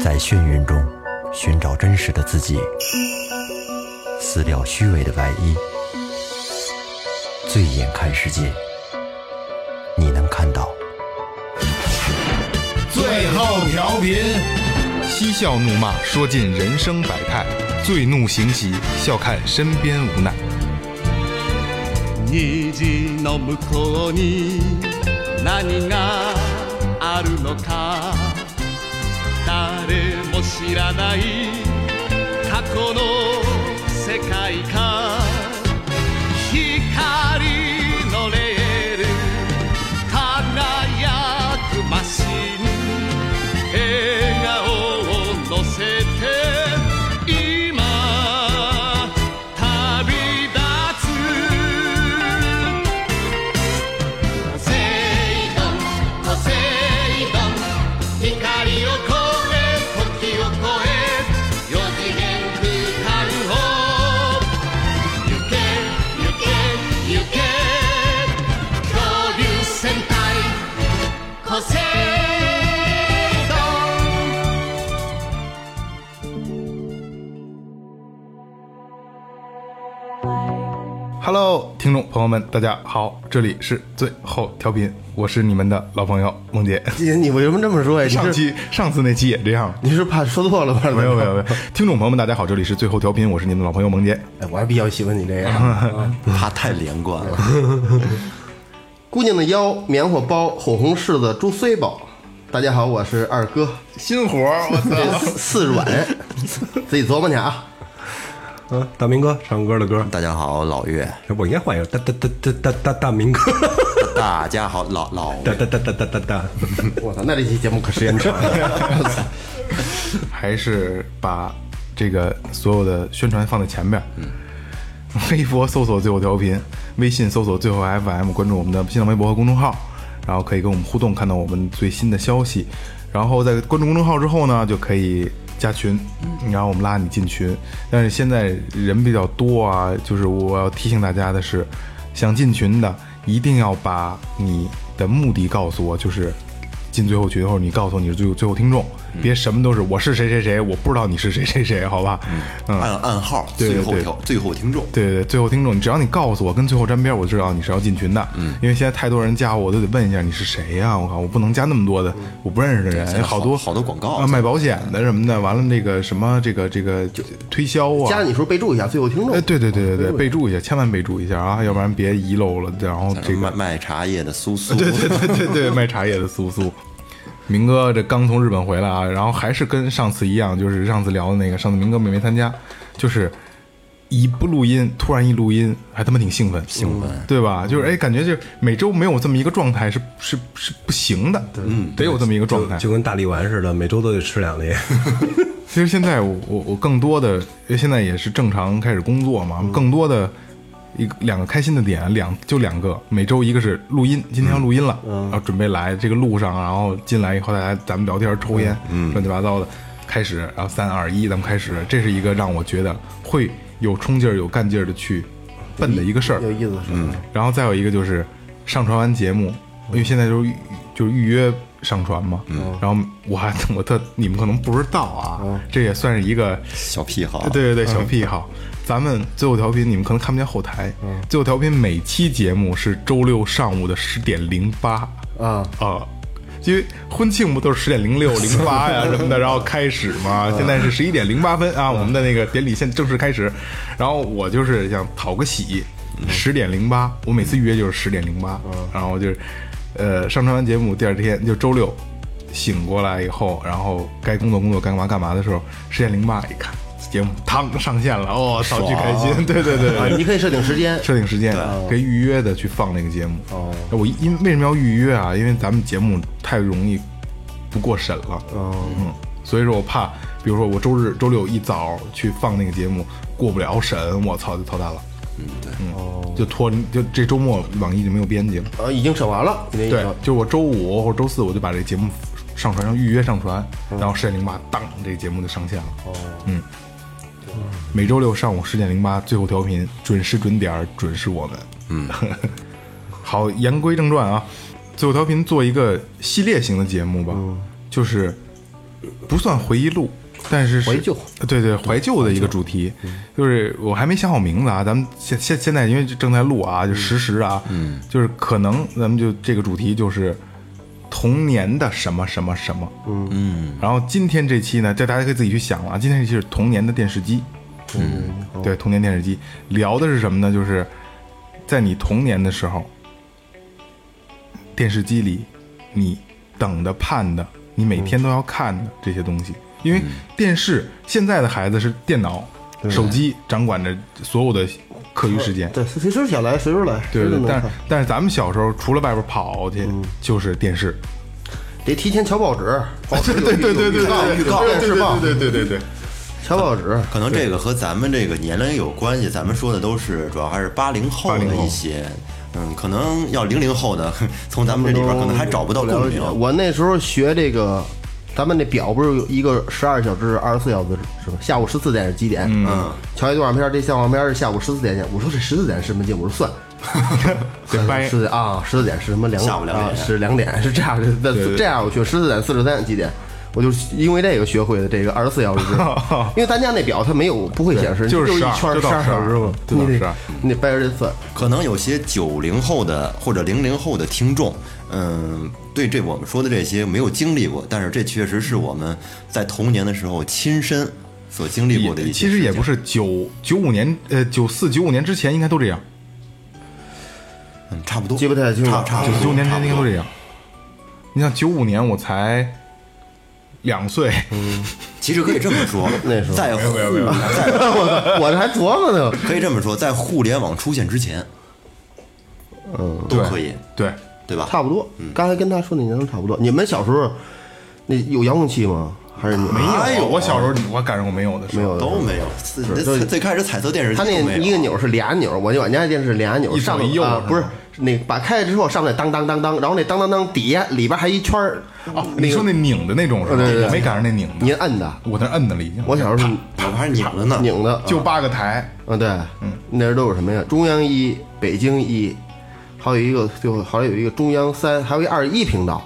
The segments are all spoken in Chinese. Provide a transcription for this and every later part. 在眩晕中寻找真实的自己，撕掉虚伪的外衣，醉眼看世界，你能看到。最后调频，嬉笑怒骂，说尽人生百态；醉怒行喜，笑看身边无奈。虹の向こうに何があるのか誰も知らない過去の世界か光のレール輝くマシン笑顔を乗せて今旅立つポセイドンポセイドン光を越え時を越え四次元空間を行け行け行け恐竜戦隊ポセイドン哈喽，听众朋友们，大家好，这里是最后调频，我是你们的老朋友梦姐。你你为什么这么说呀？你上是期上次那期也这样，你是怕说错了吗？没有没有 没有。听众朋友们，大家好，这里是最后调频，我是你们的老朋友萌姐。哎，我还比较喜欢你这个。他太连贯了，姑娘的腰，棉花包，哄红柿子，猪碎包。大家好，我是二哥，新活，我这四软，自己琢磨去啊。啊，大明哥唱歌的歌，大家好，老岳，我应该换一个大大大大大大大明哥， 大家好，老老大大大大大大 大，我操，那这期节目可时间长了。还是把这个所有的宣传放在前面。嗯， 微博搜索最后调频，微信搜索最后 FM，关注我们的新浪微博和公众号，然后可以跟我们互动，看到我们最新的消息。然后在关注公众号之后呢，就可以加群，然后我们拉你进群。但是现在人比较多啊，就是我要提醒大家的是，想进群的一定要把你的目的告诉我，就是进最后群或者你告诉我你是最后最后听众，别什么都是我是谁谁谁，我不知道你是谁谁谁，好吧？嗯，按暗号，对最后对调最后听众，对对对，最后听众，只要你告诉我跟最后沾边，我就知道你是要进群的。嗯，因为现在太多人加我，我都得问一下你是谁呀、我靠，我不能加那么多的我不认识的人，现在多嗯好多广告啊，卖保险的什么的，完了那个什么这个这个推销啊，加上你时候备注一下，最后听众。哎，对对对嗯对对，备注一下，千万备注一下啊，要不然别遗漏了。然后这个卖卖茶叶的苏苏，对对对对对， 卖茶叶的苏苏。明哥这刚从日本回来啊，然后还是跟上次一样，就是上次聊的那个，上次明哥没没参加，就是一不录音，突然一录音，还他妈挺兴奋，兴奋，对吧？就是哎，感觉就是每周没有这么一个状态是是是不行的，嗯，得有这么一个状态。就跟大力丸似的，每周都得吃两粒。其实现在我我我更多的，因为现在也是正常开始工作嘛，更多的一个两个开心的点，两就两个，每周一个是录音，今天要录音了，然后准备来这个路上，然后进来以后大家咱们聊天抽烟，乱七八糟的开始，然后三二一咱们开始，这是一个让我觉得会有冲劲儿、有干劲儿的去奔的一个事儿，有意思是吧？然后再有一个就是上传完节目，因为现在就是预就是预约上传嘛，然后我还 我特你们可能不知道啊，这也算是一个小癖好，对对对小癖好。咱们最后调频，你们可能看不见后台。最后调频每期节目是周六上午的十点零八啊啊，因为婚庆不都是十点零六、零八呀什么的，然后开始嘛。现在是十一点零八分啊，我们的那个典礼现正式开始。然后我就是想讨个喜，十点零八，我每次预约就是十点零八，然后就是呃上传完节目第二天就周六醒过来以后，然后该工作工作，该干嘛干嘛的时候，十点零八一看节目，嘡上线了，哦，超级开心， 对对对啊，对。你可以设定时间。设定时间，可以预约的去放这个节目。啊哦，我因为什么要预约啊？因为咱们节目太容易不过审了。嗯，所以说我怕，比如说我周日、周六一早去放那个节目，过不了审，我操就操蛋了。嗯，对，嗯，就拖，就这周末网易就没有编辑了。啊，已经审完了，你那意对思，就是我周五或者周四我就把这节目上传上预约上传，然后十点零八当这节目就上线了。嗯哦，嗯，每周六上午十点零八最后调频，准时准点儿，准是我们。嗯， 好，言嗯归正传啊，最后调频做一个系列型的节目吧，就是不算回忆录，但是是怀旧，对对，怀旧嗯的一个主题，就是我还没想好名字啊，咱们现现现在因为正在录啊，就实时啊，嗯，就是可能咱们就这个主题就是童年的什么什么什么，嗯嗯，然后今天这期呢，这大家可以自己去想了啊，今天这期是童年的电视机，嗯，对，童年电视机聊的是什么呢？就是在你童年的时候，电视机里你等的盼的，你每天都要看的这些东西，因为电视现在的孩子是电脑、手机掌管着所有的课余时间。对，随时想来，随时来，对随时对能，但是看但是咱们小时候除了外边跑去，就是电视，得提前瞧报纸，报纸对有对对对对有预告对，预告对电视报，对对对对对，瞧报纸，可能这个和咱们这个年龄有关系，咱们说的都是主要还是八零后的80后一些，嗯，可能要零零后的，从咱们这里边可能还找不到了共解鸣。我那时候学这个，咱们那表不是有一个十二小时、二十四小时是吧？下午十四点是几点？嗯，瞧一动画片，这动画片是下午十四点见。我说这十四点是什么劲？我说 算，得掰是啊，十四点是什么两？下午两点啊是两点，是这样的。那对这样我去十四点四十三几点？我就因为这个学会的这个二十四小 时，因为咱家那表它没有不会显示，对就是一12圈就到十二小时嘛， 12你就到得12你得掰着这算。 可能有些九零后的或者零零后的听众，嗯，对这我们说的这些没有经历过，但是这确实是我们在童年的时候亲身所经历过的一些其实也不是，是九九五年，呃，九四九五年之前应该都这样，嗯，差不多，记不太清了差差不九多，九年之啊差前不应该多都这样。你像九五年我才两岁， 其实可以这么说，那时候在互我我这还琢磨呢，可以这么说，在互联网出现之前，嗯，都可以，对，对吧？差不多。刚才跟他说那年龄差不多。你们小时候那有遥控器吗？还是你没哎呦，我小时候我赶上我没有的时候，哦没有的都没有，最都最最开始彩色电视机他都那没有一个钮是俩钮，我就俺家电视是俩钮，一左上头一右啊是吧不是那个把开了之后上来当当当当，然后那当当当底下里边还一圈儿，哦，你说那拧的那种是吧？啊对对对我没赶上那拧的，您摁的。我那摁的了已经。我小时候哪怕是拧着呢，拧的，就八个台，啊对，嗯那时候都有什么呀？中央一、北京一，还有一个就好像有一个中央三，还有一二十一频道。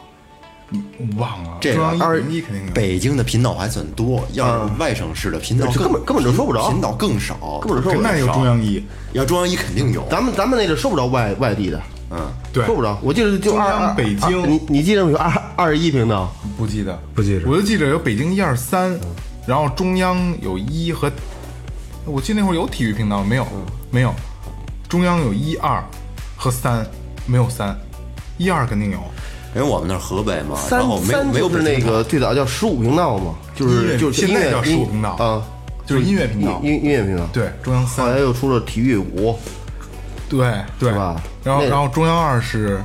忘了。这个中央二一零一肯定有。北京的频道还算多，要是外省市的频道嗯这更根本根本就收不着频道更少，根本就收不着那有中央一，要中央一肯定有，咱们咱们那个收不着外外地的，嗯，对，收不着。我记得就中二央二北二京你你记得有二二十一频道？不记得，不记得我就记着有北京一二三，然后中央有一和，我记得那会儿有体育频道没有？没有，中央有一二和三，没有三，一二肯定有。因为我们那儿河北嘛，三然哦后没有三没有就是北那京个最早叫十五频道嘛，就音乐是就是现在音乐叫15音频道啊，就是音乐频音道，音音乐频道。，对，中央后三来，又出了体育五，对对是吧然后那然后中央二是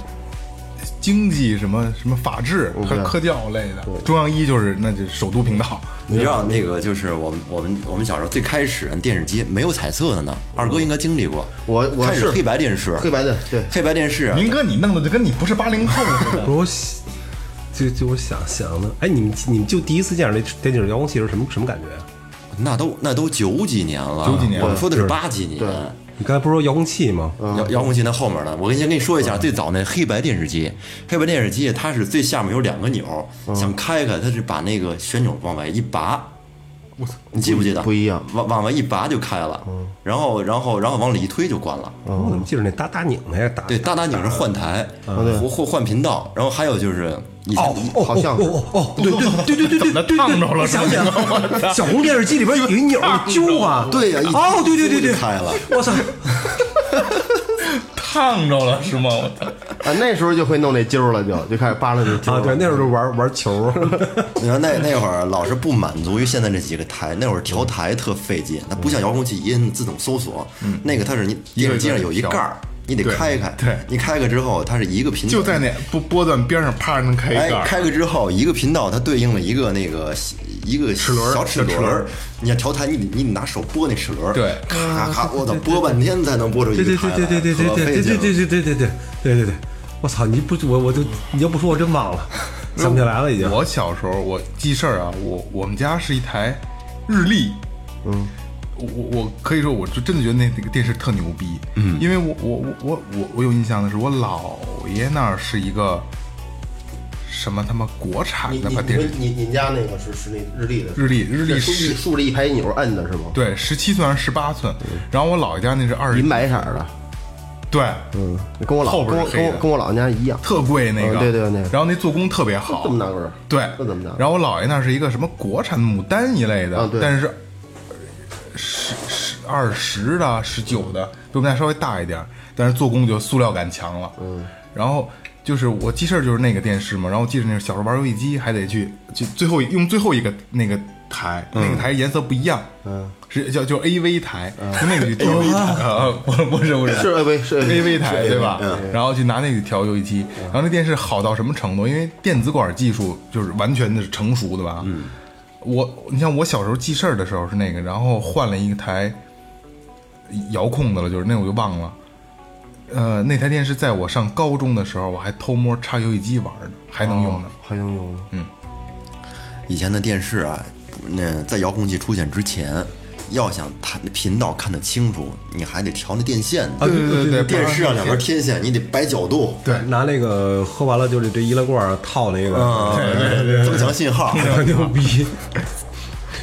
经济什么什么法治和对科教类的，中央一就是那就是首都频道，你知道那个就是我们我们我们小时候最开始电视机没有彩色的呢，二哥应该经历过，嗯我我开始是黑白电视，黑白的，对，黑白电视，明哥，你弄的就跟你不是八零后似 的。不是我想，就就我想想的，哎，你们你们就第一次见着那电竞遥控器是什么什么感觉啊？那都那都九几年了，九几年我们说的是八几年。你刚才不是说遥控器吗？遥遥控器那后面呢，我跟先跟你说一下，最早那黑白电视机，黑白电视机它是最下面有两个钮儿，想开开，它是把那个旋钮往外一拔，我操，你记不记得？不一样往往外一拔就开了，然后然后然后往里一推就关了。我哦怎么记着那哒哒拧啊那个哒？对，大大钮是换台，或或换频道，然后还有就是以前哦，好像是哦哦，哦对对对对对怎对，么烫着了我想起来了，小红电视机里边有一钮儿揪啊，对呀一哦，对对对对，揪就开了，我操，烫着了是吗？我操！啊，那时候就会弄那揪儿了，就就开始扒拉那揪儿啊，对，那时候就玩玩球，你看那那会儿老是不满足于现在这几个台，那会儿调台特费劲，它不像遥控器一摁自动搜索，那个它是你电视机上有一盖儿，你得开开，对你开开之后它是一个频道，就在那波波段边上，啪能开一哎盖儿。开开之后一个频道它对应了一个那个一个齿轮儿小齿小齿轮轮儿儿，你要调台你得你得拿手拨那齿轮儿，对咔咔，我操，拨半天才能拨出一对对个台对来，对对对对可对费对劲对了对对对对对对对对，我操，你不我我就你要不说我真忘了，想不起来了已经。我小时候我记事儿啊，我我们家是一台日立，嗯，我我可以说我就真的觉得那那个电视特牛逼，嗯，因为我我我我我我有印象的是我姥爷那儿是一个什么他妈国产你的你吧电视剧？你你你家那个是是那日立的，日立日立竖是竖着一排钮摁的是吗？对，十七寸还是十八寸？嗯然后我姥爷家那是二十银，白色儿的，对，嗯，跟我老后跟边我是跟黑我的跟我老人家一样，特贵那个，嗯对对那个然后那做工特别好，这么大个儿，对，这怎么大然后我姥爷那是一个什么国产牡丹一类的，啊对但是是十十二十的、十九的，比我们家稍微大一点，但是做工就塑料感强了。嗯，然后就是我记事儿就是那个电视嘛，然后我记着那是小时候玩游戏机还得去就最后用最后一个那个台，那个台颜色不一样，嗯，是叫叫 AV 台，就那个去调 AV 台啊，不是不是不是是 AV 是 AV 台对吧？嗯然后去拿那个调游戏机，然后那电视好到什么程度？因为电子管技术就是完全的是成熟的吧？嗯，我你像我小时候记事儿的时候是那个，然后换了一台遥控的了，就是那我就忘了。呃，那台电视在我上高中的时候，我还偷摸插游戏机玩呢，还能用哦呢。还能用呢。以前的电视啊，不那在遥控器出现之前，要想它频道看得清楚，你还得调那电线。啊对对对对电视上两边天线，你得摆角度，对拿那个喝完了就是这易拉罐儿套那嗯 啊个，增强信号。牛逼！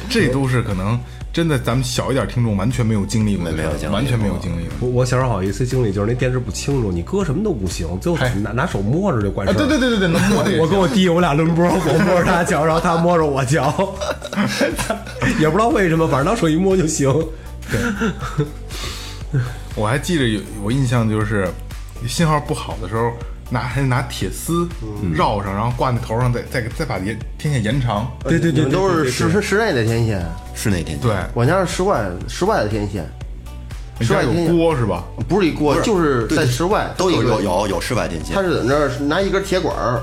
这都是可能真的，咱们小一点听众完全没有经历过的没事有经历儿，过完全没有经历过。我我小时候好有一次经历就是那电视不清楚，你搁什么都不行，最后哎拿拿手摸着就管事啊，儿。对对对对对，能摸这个我跟我弟我俩轮播，我摸着他脚，然后他摸着我脚， 也不知道为什么，反正拿手一摸就行。我还记着有我印象就是，信号不好的时候，拿还拿铁丝嗯绕上，然后挂那头上，再再给再把延天线延长。对对你对，们都是室是室内的天线，是那天线对，我家是室外室外的天线，你家有锅是吧？不是一锅，就是对在对室外都有一个有有有室外电线他。是怎么着？是拿一根铁管儿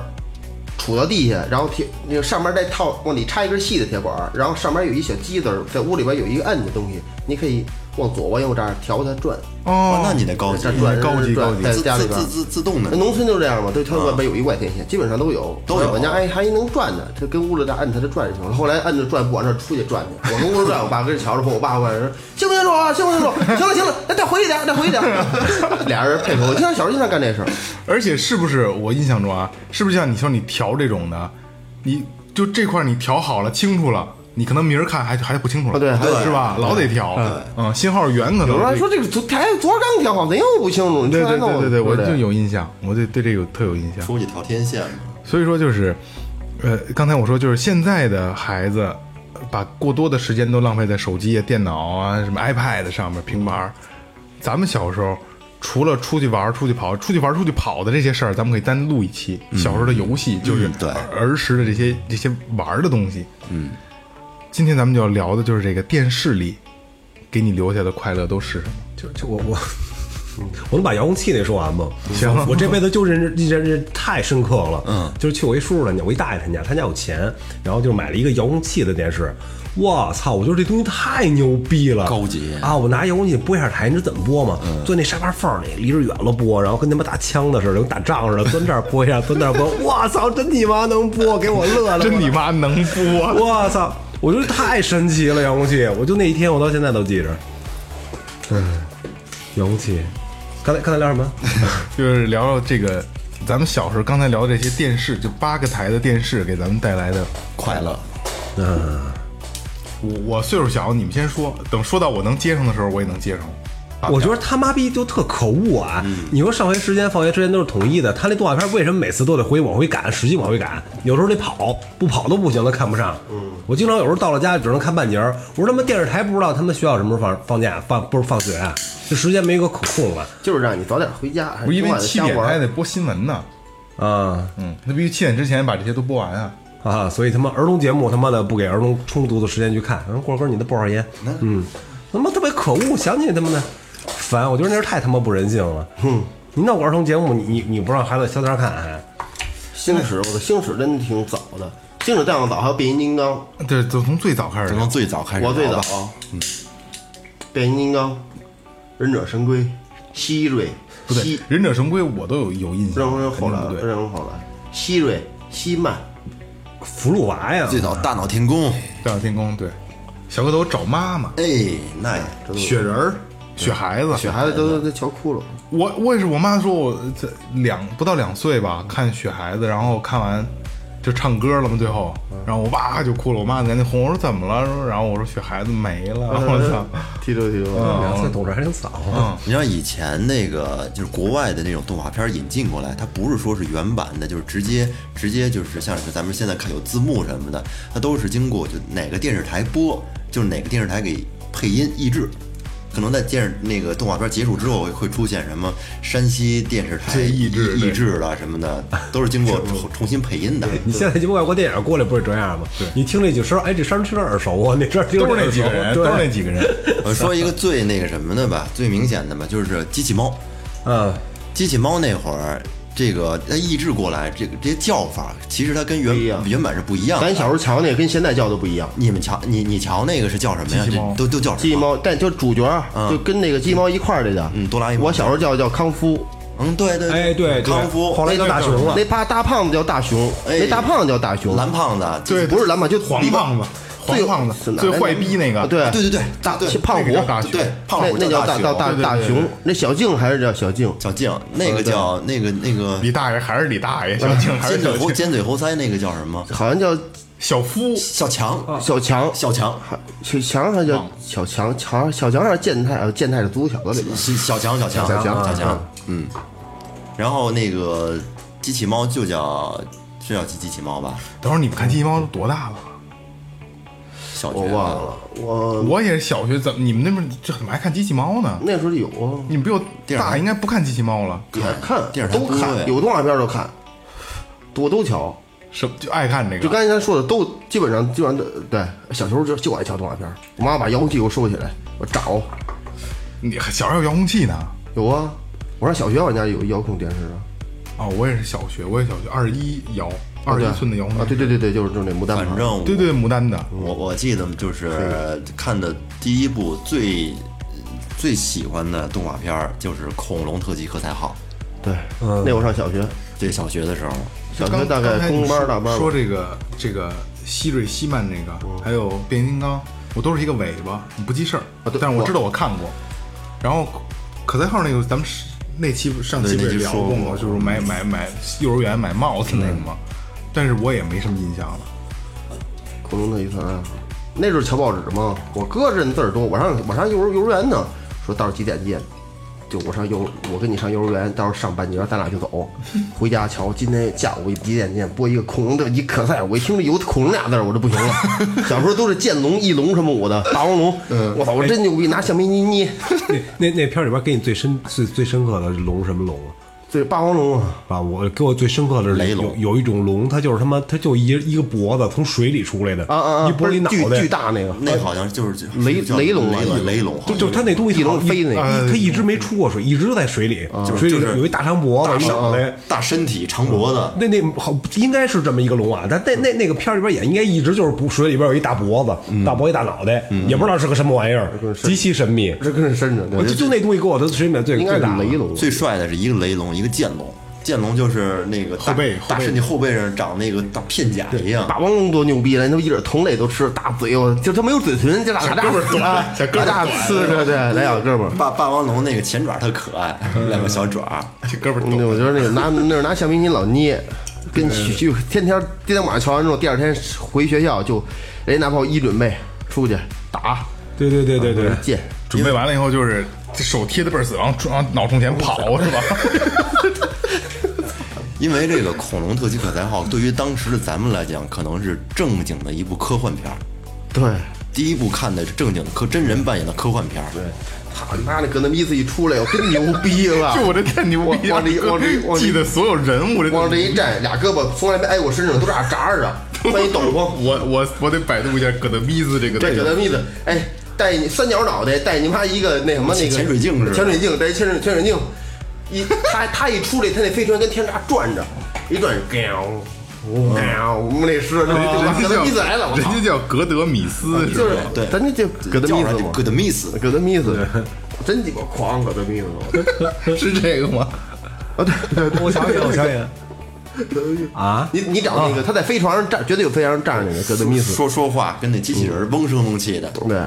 杵到地下，然后铁那个上面再套往里插一根细的铁管儿，然后上面有一小机子儿，在屋里边有一个摁的东西，你可以往左往右这样调它转，哦哦，，那你得高级这，转高级转高级啊在自家自里边自。自自动的那。农村就是这样嘛，对，它外边有一外天线，基本上都有，都有我家还还能转呢，它跟屋里再摁它就转就行了。后来摁着转不往这出去转去，我跟屋里转，我爸跟着瞧着我，我爸过来说行不行住啊，行不行住？行了行了，那再回去点，再回去点， 俩人配合。我经常小时候经常干这事儿，而且是不是我印象中啊，是不是像你说你调这种的，你就这块你调好了清楚了，你可能明儿看还还不清楚了，啊对还有是吧？老得调，嗯，信号源可能有人还说这个昨台昨儿刚调好，怎样我不清楚？你对这还对弄对对对，我不就有印象，我对对这有特有印象。出去调天线嘛，所以说就是，呃，刚才我说就是现在的孩子，呃把过多的时间都浪费在手机啊、电脑啊、什么 iPad 上面、平板儿。咱们小时候除了出去玩儿、出去跑、出去玩儿、出去跑的这些事儿，咱们可以单录一期。小时候的游戏就是对儿时的这些这些玩儿的东西。嗯，今天咱们就要聊的就是这个电视里给你留下的快乐都是什么。就就我我。我能把遥控器那说完吗？行我这辈子就认识认识太深刻了。嗯，就是去我一叔叔他家，我一大爷他家，他家有钱，然后就买了一个遥控器的电视。我操！我觉得这东西太牛逼了，高级啊！我拿遥控器拨一下台，你知道怎么拨吗？嗯钻那沙发缝里，离着远了拨，然后跟他妈打枪的似的，跟打仗似的，钻这儿拨一下，钻那儿拨。我操！真你妈能拨，给我乐的。 真你妈能播！啊 我操！我觉得太神奇了，遥控器，我就那一天，我到现在都记着。嗯，遥控器，刚才刚才聊什么？就是聊聊这个，咱们小时候刚才聊的这些电视，就八个台的电视给咱们带来的。快乐。我嗯我岁数小，你们先说，等说到我能接上的时候，我也能接上。我觉得他妈逼就特可恶啊！你说上学时间、放学时间都是统一的，他那动画片为什么每次都得回往回赶，使劲往回赶？有时候得跑，不跑都不行，他看不上。我经常有时候到了家只能看半截儿。我说他妈电视台不知道他们学校什么时候放放假放不是放学啊？这时间没个可控了就是让你早点回家，还我因是今为晚七瞎点还玩儿。得播新闻呢，啊！嗯，那必须七点之前把这些都播完啊。啊，所以他妈儿童节目他妈的不给儿童充足的时间去看。嗯，过哥，你的不少烟，嗯，他妈特别可恶，想起他妈的烦，我觉得那是太他妈不人性了。嗯哼，你弄个儿童节目，你你你不让孩子小点儿看，还星矢，我的星矢真的挺早的，星矢再往早还有变形金刚，对，就从最早开始咱聊从。最早哦开始，我最早嗯好吧变形金刚，忍者神龟，希瑞，不对希，，忍者神龟我都有有印象任何，人后来，肯定不对任何人后来，希瑞，希曼，俘虏娃呀，最早大闹天宫，大闹天宫对，小蝌蚪找妈妈，哎，那也这都雪人儿，雪孩子，雪孩子都都都瞧哭了。我我也是，我妈说我这两不到两岁吧，看《雪孩子》，然后看完就唱歌了嘛，最后，然后我哇就哭了，我妈赶紧哄我说怎么了，说然后我说雪孩子没了， 嗯我 操，嗯踢溜踢溜，两岁懂事还挺啊早。你知道以前那个就是国外的那种动画片引进过来，它不是说是原版的，就是直接直接就是像是咱们现在看有字幕什么的，它都是经过就哪个电视台播，就是哪个电视台给配音译制。可能在电视那个动画片结束之后会会出现什么山西电视台这译制对译制了什么的，都是经过重重新配音的。你现在就外国电影过来不是这样吗？对，你听那几声，哎，这声听着耳熟啊，那声听着都是那几个耳熟人，都对是那几个人，我呃说一个最那个什么的吧，最明显的吧，就是机器猫。嗯，机器猫那会儿，这个它译制过来，这个这些叫法其实它跟不一原样原版是不一样的。咱小时候瞧那跟现在叫的不一样。你们瞧，你你瞧那个是叫什么呀？机器猫这都都叫什么机器？猫，但就主角儿嗯就跟那个机器猫一块儿的叫，嗯哆啦 A 梦我小时候叫叫康夫，嗯，对对，哎对对康夫，后来叫大熊了那大大胖子叫大熊，哎那大胖子叫大熊，蓝胖子，对不是蓝胖，就黄胖子，黄最胖是子，哪最来坏的逼那个，对对对对，大对胖虎那个叫大熊对胖那虎那叫大熊叫大嗯对大对熊，那小静还是叫小静，小静，那个叫那个那个李大爷还是李大爷，小静还尖是嘴小猴静，尖嘴猴腮那个叫什么？好像叫小夫，小强，小强，小强，还小强还叫小强，强小强还是健太，呃健太是足球小子里边，小小强，小强，小强小强，嗯。然后那个机器猫就叫是叫机机器猫吧？等会儿你们看机器猫都多大了？小学我忘了，我我也是小学，怎么你们那边这怎么还看机器猫呢？那时候有啊，你们比我电视大，台应该不看机器猫了，也看电视台都播呀看，有动画片儿都看，我都瞧。什么就爱看这就个。刚才咱说的都基本上基本上都对，小时候就就爱瞧动画片儿，我妈把遥控器给我收起来，我找你小时候有遥控器呢？有啊，我上小学我家有遥控电视啊，哦，我也是小学，我也小学二十一摇，二十对一寸的遥控器啊，对对对对，就是就是那牡丹牌反正我对对，牡丹的，我我记得就是看的第一部最最喜欢的动画片儿就是《恐龙特级喝彩号对，嗯那我上小学，》，对，小学的时呃候，小刚学大刚概才中你说班儿大班儿吧哦说这个这个希瑞希曼这个，还有变形金刚，我都是一个尾巴，不记事儿啊对，但是我我知道我看过。然后可赛号那个，咱们是那期上期对不那是期聊说过过吗？就是买嗯买买幼儿园买帽子那个嘛，但是我也没什么印象了。恐龙的遗传啊，那时候瞧报纸嘛，我哥认字儿多，我上我上幼儿幼儿园呢，说到时候几点见，就我上幼我跟你上幼儿园，到时候上半截，咱俩就走，回家瞧今天下午几点见播一个恐龙的一可赛，我一听这有恐龙俩字儿我就不行了，小时候都是剑龙、翼龙什么我的霸王龙，我操我真牛逼，拿橡皮泥捏，那那那片儿里边给你最深最最深刻的龙什么龙啊？对霸王龙啊，啊，我给我最深刻的是雷有龙有一种龙，它就是他妈，它就一一个脖子从水里出来的，啊啊啊，一脖不里是脑巨袋巨，大那个，那好像就是雷叫雷龙啊雷龙，雷雷龙，就就它那东西翼龙飞那的，个啊一它一直没出过水，一直都在水里，水里就是有一大长脖子，一脑袋。大身体长脖子，那那好，应该是这么一个龙啊，但那那那个片儿里边也应该一直就是不水里边有一大脖嗯子，大脖一大脑袋，也不知道是个什么玩意儿，极其神秘。这跟是伸着，我嗯对就就那东西给我的水里面最应该最是大的雷龙，最帅的是一个雷龙，一个剑龙。剑龙就是那个大后背后大背身体后背上长那个大片甲一样，霸王龙多牛逼了，那不一点同类都吃，大嘴我就他没有嘴唇，这大嘎大啊， 小哥们儿短大呲着，对，来小哥们儿。霸霸王龙那个前爪特可 爱，两个小爪。这胳膊抖那我觉得那个拿那是拿橡皮筋老捏，跟去去天天今天晚上瞧完之后，第二天回学校就人家拿炮一准备出去打，对对对对对，见准备完了以后就是这手贴的倍儿死，然后冲然后脑冲前 跑是吧？因为这个《恐龙特级可赛号》对于当时的咱们来讲，可能是正经的一部科幻片儿。对，第一部看的是正经的科真人扮演的科幻片儿，操你妈那搁那逼子一出来，我真牛逼了， 就我这太牛逼了，往里往里往里记得所有人物这往这一站，俩胳膊从来没挨过身上，都这样 扎着，啊穿一斗篷，我我我得百度一下“葛德米兹”这个这词葛德米子，哎，戴你三角脑袋，戴你妈一个那什么那个潜水镜似的潜水镜，戴一潜水潜水镜，一他他一出来，他那飞船跟天上转着，一转，喵，喵，我们那狮子就人就家葛德叫米子来了，我人操啊家，叫格德米斯，就是是吧？对咱这就葛德米叫啥子就嘛，戈德密斯，葛德米子，真鸡巴狂，葛德米子， 是这个吗？哦啊对对对，我想起来，我想起来啊，你你找那个他在飞船上站，绝对有飞船上站着那个葛德米斯，说说话跟那机器人儿嗡声嗡气的。嗯对。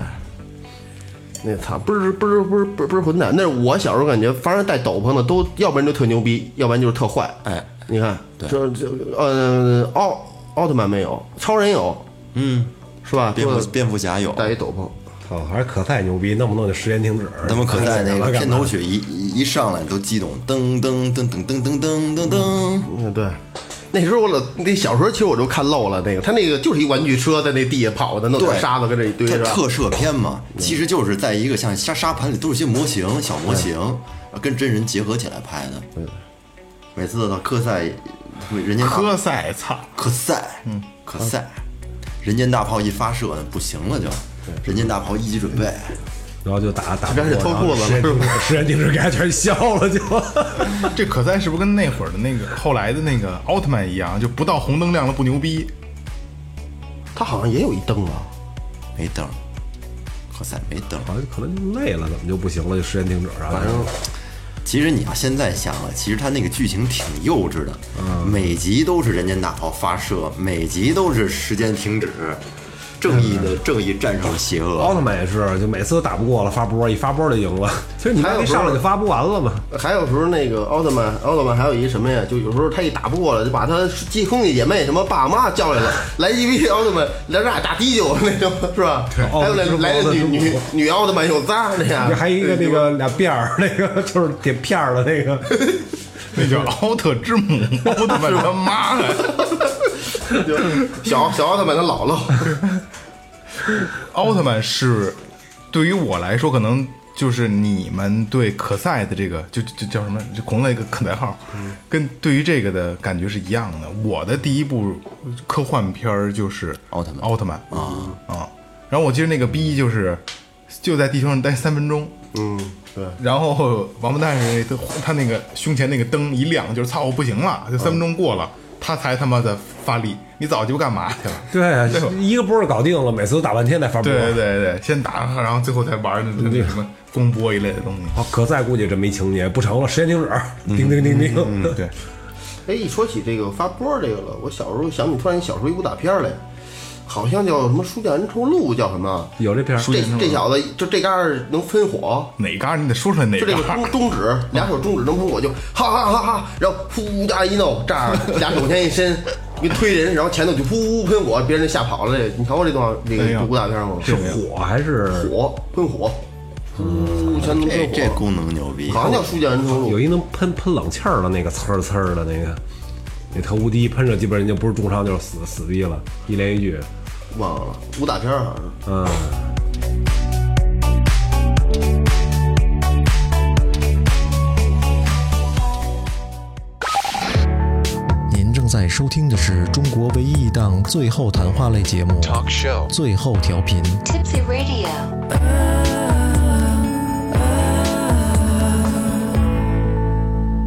那操，不是不是不是不是不是混蛋，那是我小时候感觉，凡是戴斗篷的都，要不然就特牛逼，要不然就是特坏。哎，你看，对这这呃，奥奥特曼没有，超人有，嗯，是吧？蝙说蝠蝙蝠侠有，戴一斗篷，操，还是可赛牛逼，弄不弄就时间停止？他们可在那个片干嘛头曲一一一上来都激动，噔噔噔噔噔噔噔噔噔，嗯，对。那时候我老那小时候其实我就看漏了那个，他那个就是一玩具车在那地下跑的，弄点对嗯沙子跟这一堆它是吧？嗯特摄片嘛，其实就是在一个像沙沙盘里都是些模型、小模型，嗯啊跟真人结合起来拍的。每次到科赛，人家科赛，操，科赛，嗯，科赛，人间大炮一发射不行了就，嗯人间大炮一级准备，然后就打打不这过，边是偷裤子了然后 时间停止，时间停止给他全消 了就。这可赛是不是跟那会儿的那个后来的那个奥特曼一样，就不到红灯亮了不牛逼？他好像也有一灯啊，没灯儿，科赛没灯儿。好像可能就累了，怎么就不行了？就时间停止，然后反正其实你要现在想啊，其实它那个剧情挺幼稚的，每集都是人间大炮发射，每集都是时间停止，正义的正义战胜了邪恶。奥特曼也是，就每次都打不过了，发波一发波就赢了。其实你还妈有没上来时候就发不完了嘛。还有时候那个奥特曼，奥特曼还有一什么呀？就有时候他一打不过了，就把他继兄弟姐妹什么爸妈叫来了，来一批奥特曼，来这儿打滴酒那种，是吧？还有哦来来的女女女奥特曼有渣那样， 还有一个那个俩辫儿，那个就是铁片儿的那个， 那叫奥特之母，奥特曼他妈的，就小小奥特曼他姥姥，奥特曼是对于我来说，可能就是你们对可赛的这个，就就叫什么，就红了一个可赛号，嗯跟对于这个的感觉是一样的。我的第一部科幻片儿就是奥特曼奥特曼啊啊，然后我记得那个逼就是就在地球上待三分钟，嗯，对，然后王八蛋是他他那个胸前那个灯一亮，就是操我不行了，就三分钟过了，他才他妈的发力。你早就干嘛去了？对吧对，啊一个波儿搞定了，每次都打半天再发波。对对对对，先打，然后最后再玩那那什么公播一类的东西。好，哦可赛估计这没情节，不成了，时间停嗯止， 叮叮叮叮。对， 哎，一说起这个发波这个了，我小时候想起突然小时候一武打片儿来，好像叫什么《书剑恩仇录》，叫什么？啊有这片儿，这这小子就这嘎儿能分火，哪嘎你得说出来哪就这个嘎中。中指，俩手中指能喷火就哈哈哈哈，然后呼啊一弄，这样俩手往前一伸，一推人，然后前头就呼喷火，别人就吓跑了。这你瞧过这段那哎个呀武打片吗？是火还是？火喷火，嗯哎呼全能这喷这火，功能牛逼，好像叫《书剑恩仇录有》。一能喷喷冷气儿的那个呲儿呲儿的那个，那头无敌喷着，基本上就不是重伤就是死死逼了，一连一句。忘了武打片儿好像是。嗯，您正在收听的是中国唯一一档最后谈话类节目《Talk Show》最后调频。 Tipsy Radio.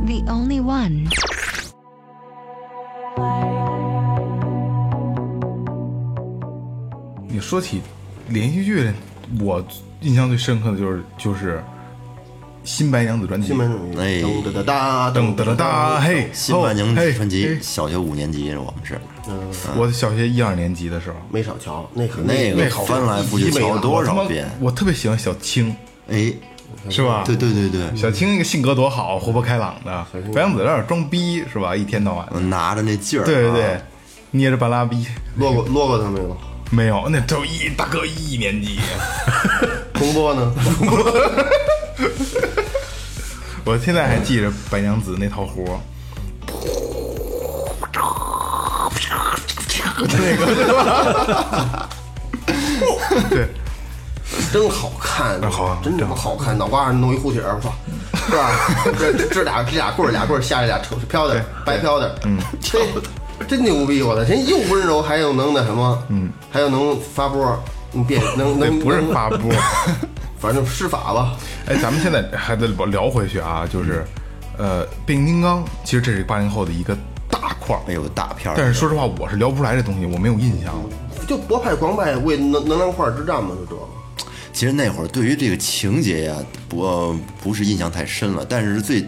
The only one. 你说起连续剧，我印象最深刻的就是就是《新白娘子传奇新》。闻哎噔哒哒噔哒噔哒哒，嘿，新白娘子嘿嗯传奇嘿》小学五年级，我们是我小学一二年级的时候，没少瞧，那可那个好翻来覆去瞧了多我他妈少遍？我特别喜欢小青，哎，是吧？对对对对，小青那个性格多好，活泼开朗的，白娘子有点装逼是吧？一天到晚的，拿着那劲儿，啊对对对，，捏着半拉逼，落过落过他没有？没有，那都一大哥一年级，洪波呢？我现在还记着白娘子那套活儿。那个对吧？对，真好看，啊好啊真他妈好看！脑瓜上弄一护体儿，我操，是吧？这这这俩这俩棍儿，俩棍儿下来俩扯是飘的，白飘的，嗯，这真牛逼！我操，人又温柔，还又能那什么，嗯，还又能发波，你别能那能不是能发波。反正施法吧，哎，咱们现在还得聊回去啊，就是，呃，变形金刚，其实这是八零后的一个大块儿哎，呦大片儿，但是说实话，我是聊不出来这东西，我没有印象。就博派狂派为能能量块之战嘛，就这个。其实那会儿对于这个情节呀、不、呃、不是印象太深了，但是最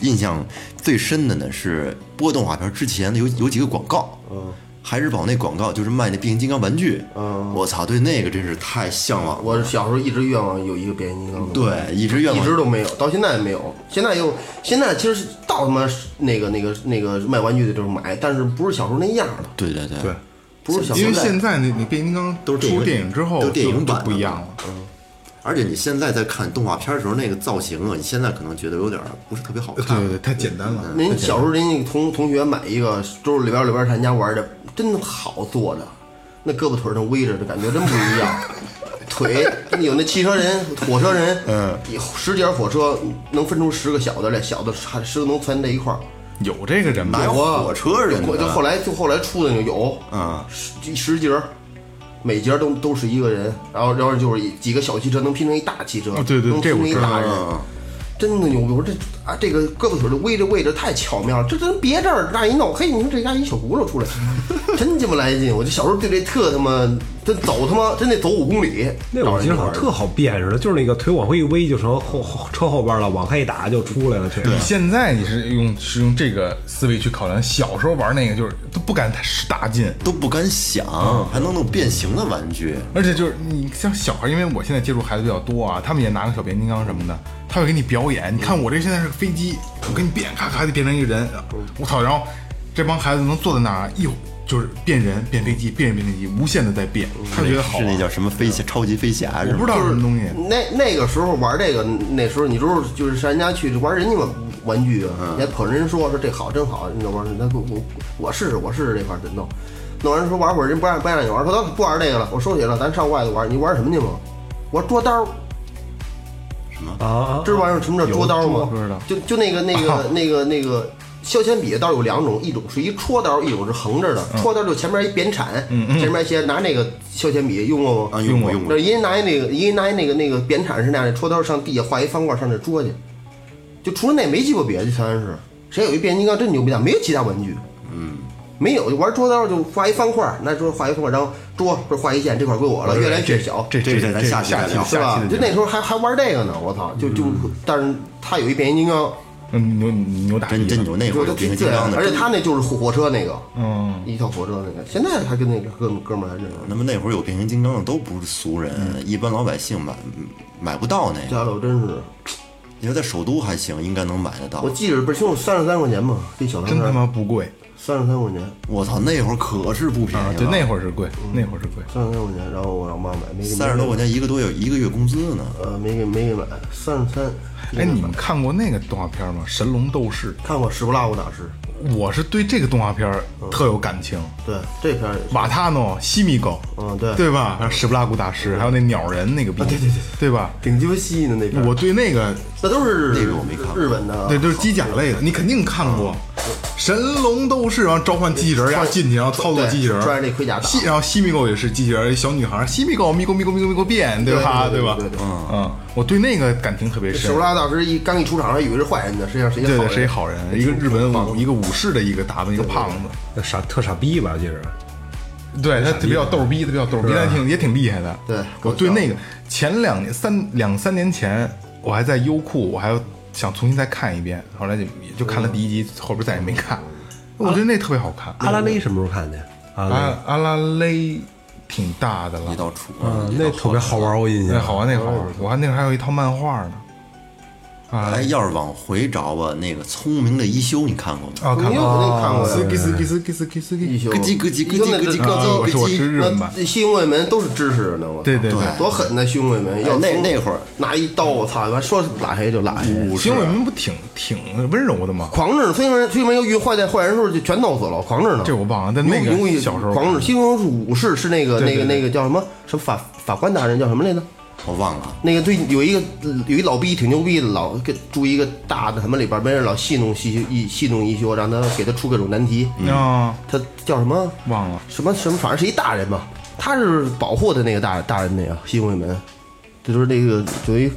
印象最深的呢是播动画片之前的有有几个广告，嗯，海之宝那广告就是卖那变形金刚玩具，嗯我操，对那个真是太向往了。我小时候一直愿望有一个变形金刚，，嗯对，一直愿一望直都没有，到现在也没有。现在又现在其实到他妈那个那个那个卖玩具的地儿买，但是不是小时候那样了，对对对对，不是小时因候为现在那那变形金刚都是电影出电影之后都就电影版就不一样的了，而且你现在在看动画片的时候，那个造型啊，你现在可能觉得有点儿不是特别好对看。对对，太简单了。您小时候人家同同学买一个，周是里边里边上人家玩的，真好做的，那胳膊腿儿上微着的感觉真不一样。 腿有那汽车人、火车人，嗯，十节火车能分出十个小的来，小的还十个能攒在一块儿。有这个人吗哪？有火车人就的？后来就后来出的就有，啊，十十节儿，每节儿都都是一个人，然后然后就是一几个小汽车能拼成一大汽车，哦对对能这拼我成一知道大人，嗯真的牛逼！我说这啊，这个胳膊腿儿的位置位置太巧妙了，这真别这儿那一弄，嘿，你说这家一小骨头出来，真鸡巴来劲！我就小时候对这特他妈，真走他妈真得走五公里，那会儿其实好像特好辨识的，就是那个腿往回一微就成后后车后边了，往开一打就出来了。这你现在你是用是用这个思维去考量，小时候玩那个就是都不敢太使大劲，都不敢想，还能弄变形的玩具，而且就是你像小孩，因为我现在接触孩子比较多啊，他们也拿个小变形金刚什么的，他会给你表演。你看我这现在是个飞机，我给你变，咔咔就变成一个人，嗯我操！然后这帮孩子能坐在那儿一就是变人、变飞机、变人、变飞机，无限的在变，他们觉得好嗯是那玩。叫什么飞侠、超级飞侠是我不吗？知道是什么东西，那那个时候玩这个，那时候你就是就是上人家去玩人家玩玩具啊，你还捧着人说说这好真好，你玩那我我我试试我试试这块儿真弄，弄完说玩会儿人不让不让你玩，说得了不玩这个了，我收起来了，咱上外头玩，你玩什么去嘛？我说捉刀，啊，知道玩意儿什么叫捉刀有吗？不知道就就那个那个那个那个削铅笔的刀有两种，一种是一戳刀，一种是横着的。戳刀就前面一扁铲，前面一些拿那个削铅笔用过吗？啊，用过用过那，一人拿一那个，一人拿一那个那个扁铲是那样的，戳刀上地下画一方块上那捉去，就除了那没记过别的，相当是谁有一变形金刚真牛逼大，没有其他玩具，嗯，没有就玩捉刀就画一方块，那时候画一方块，然后捉不是画一线，这块归我了，越来这越小，这这这咱下期下再聊是下吧期？就的节那目时候还还玩这个呢，我操，就就但是他有一变形金刚，嗯牛牛大真逼真有那会就儿他有变挺形金刚的，而且他那就是火火车那个，嗯，一套火车那个，现在还跟那个哥们哥们儿还认识。那么那会儿有变形金刚的都不是俗人，嗯一般老百姓买买不到那个。家里真是，你说在首都还行，应该能买得到我。记着倍儿清楚，三十三块钱嘛，这小摊真摊他儿妈不贵三十三块钱，我操，那会儿可是不便啊！宜对，那了，会儿是贵，那会儿是贵。三十三块钱，然后我让我妈买，没给三十多块，钱一个多月，一个月工资呢。呃，没给没给买，三十三。嗯哎，你们看过那个动画片吗？《神龙斗士看过《史不拉布大师》？我是对这个动画片儿特有感情。对，这片儿也是瓦塔诺、西米狗，嗯对嗯啊对吧？还有史布拉古大师，还有那鸟人那个逼，对对对对，吧？顶鸡巴细呢那片儿，我对那个，那都是那个我没看过日本的，对，就是机甲类的，你肯定看过《神龙斗士》，然后召唤机器人儿，然后进去，然后操作嗯对机器人儿，穿着那盔甲打西，然后西米狗也是机器人儿，小女孩儿，西米狗咪咕咪咕咪咕咪咕变，对吧？对对对吧对对？对嗯嗯，我对那个感情特别史深不。拉布大师一刚一出场，还以为是坏人呢，实际上谁对好对，人？谁好人？一个日本武，一个武士的一个打扮，一个胖子。那傻特傻逼吧，这是。对他比较逗逼，他啊比较逗逼，但挺也挺厉害的。对我对那个前两年三两三年前，我还在优酷，我还要想重新再看一遍，后来就也就看了第一集，后边再也没看。我觉得那特别好看，啊阿拉蕾什么时候看的？阿拉蕾阿阿拉蕾挺大的一了，道啊厨，嗯，那特别好玩，我印那象。好玩那好玩，我还那会儿还有一套漫画呢。啊哎，要是往回找吧，那个《聪明的一休》你看过吗？啊，看你有过。那个看过斯呀？基斯基斯基斯基斯一基，休，咯叽咯叽咯叽咯叽咯叽啊我是我是日本版那西宫卫门都是知识呢，我操对对对多狠呐！西宫卫门要哎那从那会儿拿一刀，我操，完说拉谁就拉谁。行为啊们不挺挺温柔的吗？狂着呢，崔门崔门又遇坏在坏人时候就全弄死了，狂着呢。这我忘了，但那永个远小时候狂着，西宫是武士是那个对对那个对那个叫什么什么法法官大人叫什么来着？我忘了。那个对有一个有一老逼挺牛逼的，老跟住一个大的什么里边，没人老戏弄戏一戏弄一休，让他给他出各种难题。啊，他叫什么？忘了。什么什么，反正是一大人吧，他是保护的那个大大人那个西宫卫门，这就是那个有一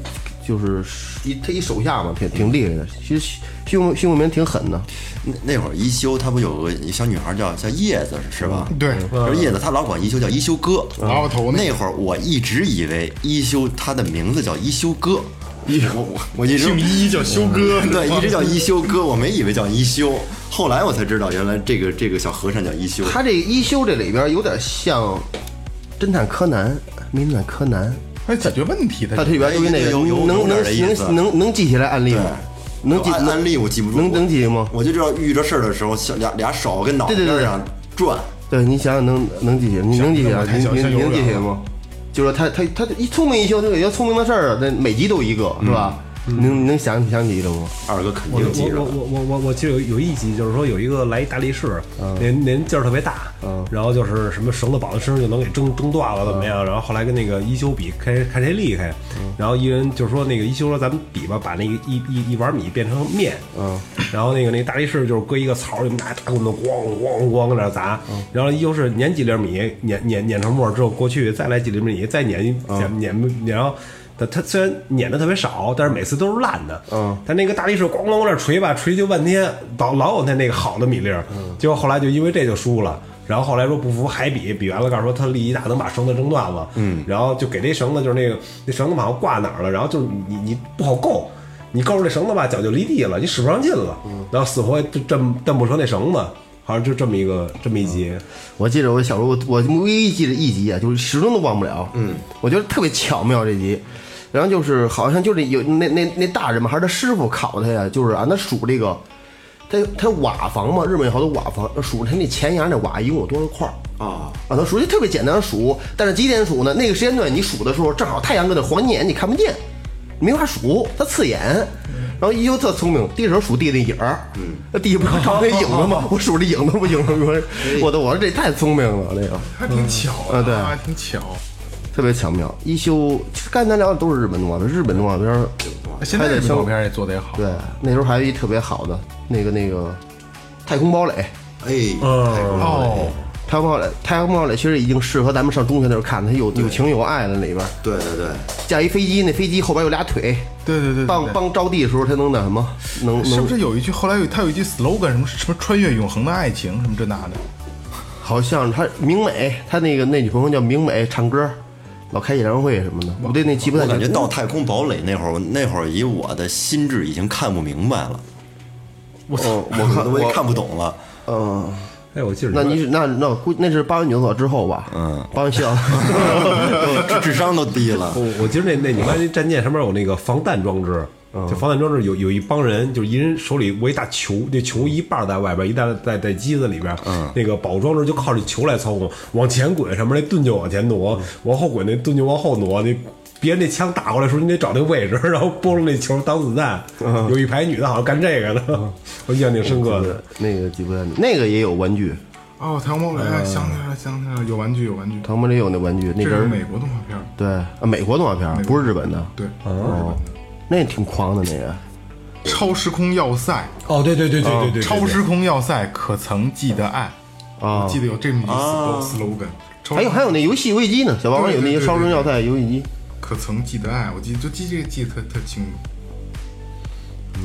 就是一他一手下嘛，挺挺厉害的。其实西西宫西宫卫门挺狠的，那那会儿一休他不有个小女孩叫叫叶子是吧？对，就是叶子，他老管一休叫一休哥。老头那那会儿我一直以为一休他的名字叫一休哥，一我我我一直姓一叫修哥， 对，一直叫一休哥，我没以为叫一休，后来我才知道原来这个这个小和尚叫一休。他这一休这里边有点像侦探柯南、名侦探柯南，他解决问题，他它这里边都那个有有有能能有点这意思能能能记起来案例吗？能记案能案例我记不住，能能记吗？我就知道遇着事儿的时候，小俩俩手跟脑袋对对对上转，对你想想能能记起来，你能记起来？啊太你小你像幼你儿园能记起来吗？就说他他他一聪明一休，他有一个聪明的事儿啊，那每集都一个是吧？嗯你能你能想想起来吗？二哥肯我定记着了。我我我我我记得有有一集，就是说有一个来意大力士，嗯那那劲儿特别大，然后就是什么绳子绑在身上就能给挣挣断了怎么嗯样？然后后来跟那个一休比看谁看谁厉害，然后一人就说那个一休说咱们比吧，把那个一一一碗米变成面，嗯然后那个那个大力士就是搁一个槽里面拿大棍子咣咣咣搁那砸，然后一休是碾几粒米，碾碾碾成沫儿之后过去再来几粒米，再碾一碾碾碾，然后。他他虽然撵的特别少，但是每次都是烂的。嗯，他那个大力士咣咣往那儿锤吧，锤就半天，老老有他那个好的米粒儿。结果后来就因为这就输了。然后后来说不服还比，比完了告诉说他力气大能把绳子挣断了。嗯，然后就给这绳子就是那个那绳子好像挂哪儿了，然后就是你你你不好够，你够着这绳子吧脚就离地了，你使不上劲了，嗯然后死活就挣蹬不成那绳子，好像就这么一个这么一集。我记得我小时候，我我唯一记得一集啊，就是始终都忘不了。嗯，我觉得特别巧妙这集。然后就是好像就是有那那那大人嘛，还是他师傅考他呀，就是让他数这个，他他瓦房嘛，日本有好多瓦房，数他那前沿那瓦一共有多少块儿啊？啊，他数就特别简单数，但是几点数呢？那个时间段你数的时候，正好太阳搁那黄眼，你看不见，没法数，它刺眼。然后一休特聪明，第一手数地那影儿，嗯，那地不是照那影哦子吗？我数这影子不影子吗？我的，我说这太聪明了，这个还挺巧啊对还挺巧。特别巧妙。一休，其实刚才咱聊的都是日本动画片，日本动画片儿，现在这动画片也做得也好，对，那时候还有一特别好的那个那个太空堡垒，哎，哦，太空堡垒，太空堡垒其实已经适合咱们上中学那时候看，它有有情有爱的里边儿。对对对，架一飞机，那飞机后边有俩腿，对对对，对帮对帮着地的时候，它能那什么，能是不能，是有一句后来有他有一句 slogan 什么什么穿越永恒的爱情什么这那的？好像他明美，他那个那女朋友叫明美，唱歌，老开演唱会什么的，我对那记不太我感觉清。到太空堡垒那会儿，那会儿以我的心智已经看不明白了，我操，我看我也看我不懂了。嗯，哎，我记着那你是那那估那是八元九所之后吧？嗯，八元校，智智商都低了。哦我我记得那那你妈那战舰上面有那个防弹装置，嗯就防弹装置有有一帮人，就是一人手里握一大球，那球一半在外边，一半在在机子里边，嗯那个保护装置就靠这球来操控，往前滚，上面那盾就往前嗯挪，往后滚那盾就往后挪，那。别人那枪打过来的时候，你得找那位置， 然后拨弄那球当子弹。嗯有一排女的，好像干这个的，我印象挺深刻的。那个记不太清，那个也有玩具，哦，太空堡垒想起来了，想起来了，有玩具有玩具，唐伯里有那玩具，那这阵是儿美国动画片儿，对啊，美国动画片儿，不是日本的，对，哦，那挺狂的那个。超时空要塞，哦，对对对对对对，超时空要塞，可曾记得爱？啊我记得有这么一个 slogan，超还有还有那游戏游戏机呢，小霸王有那对对个对烧中要塞游戏机。可曾记得爱？我记就记这个记得特特清楚。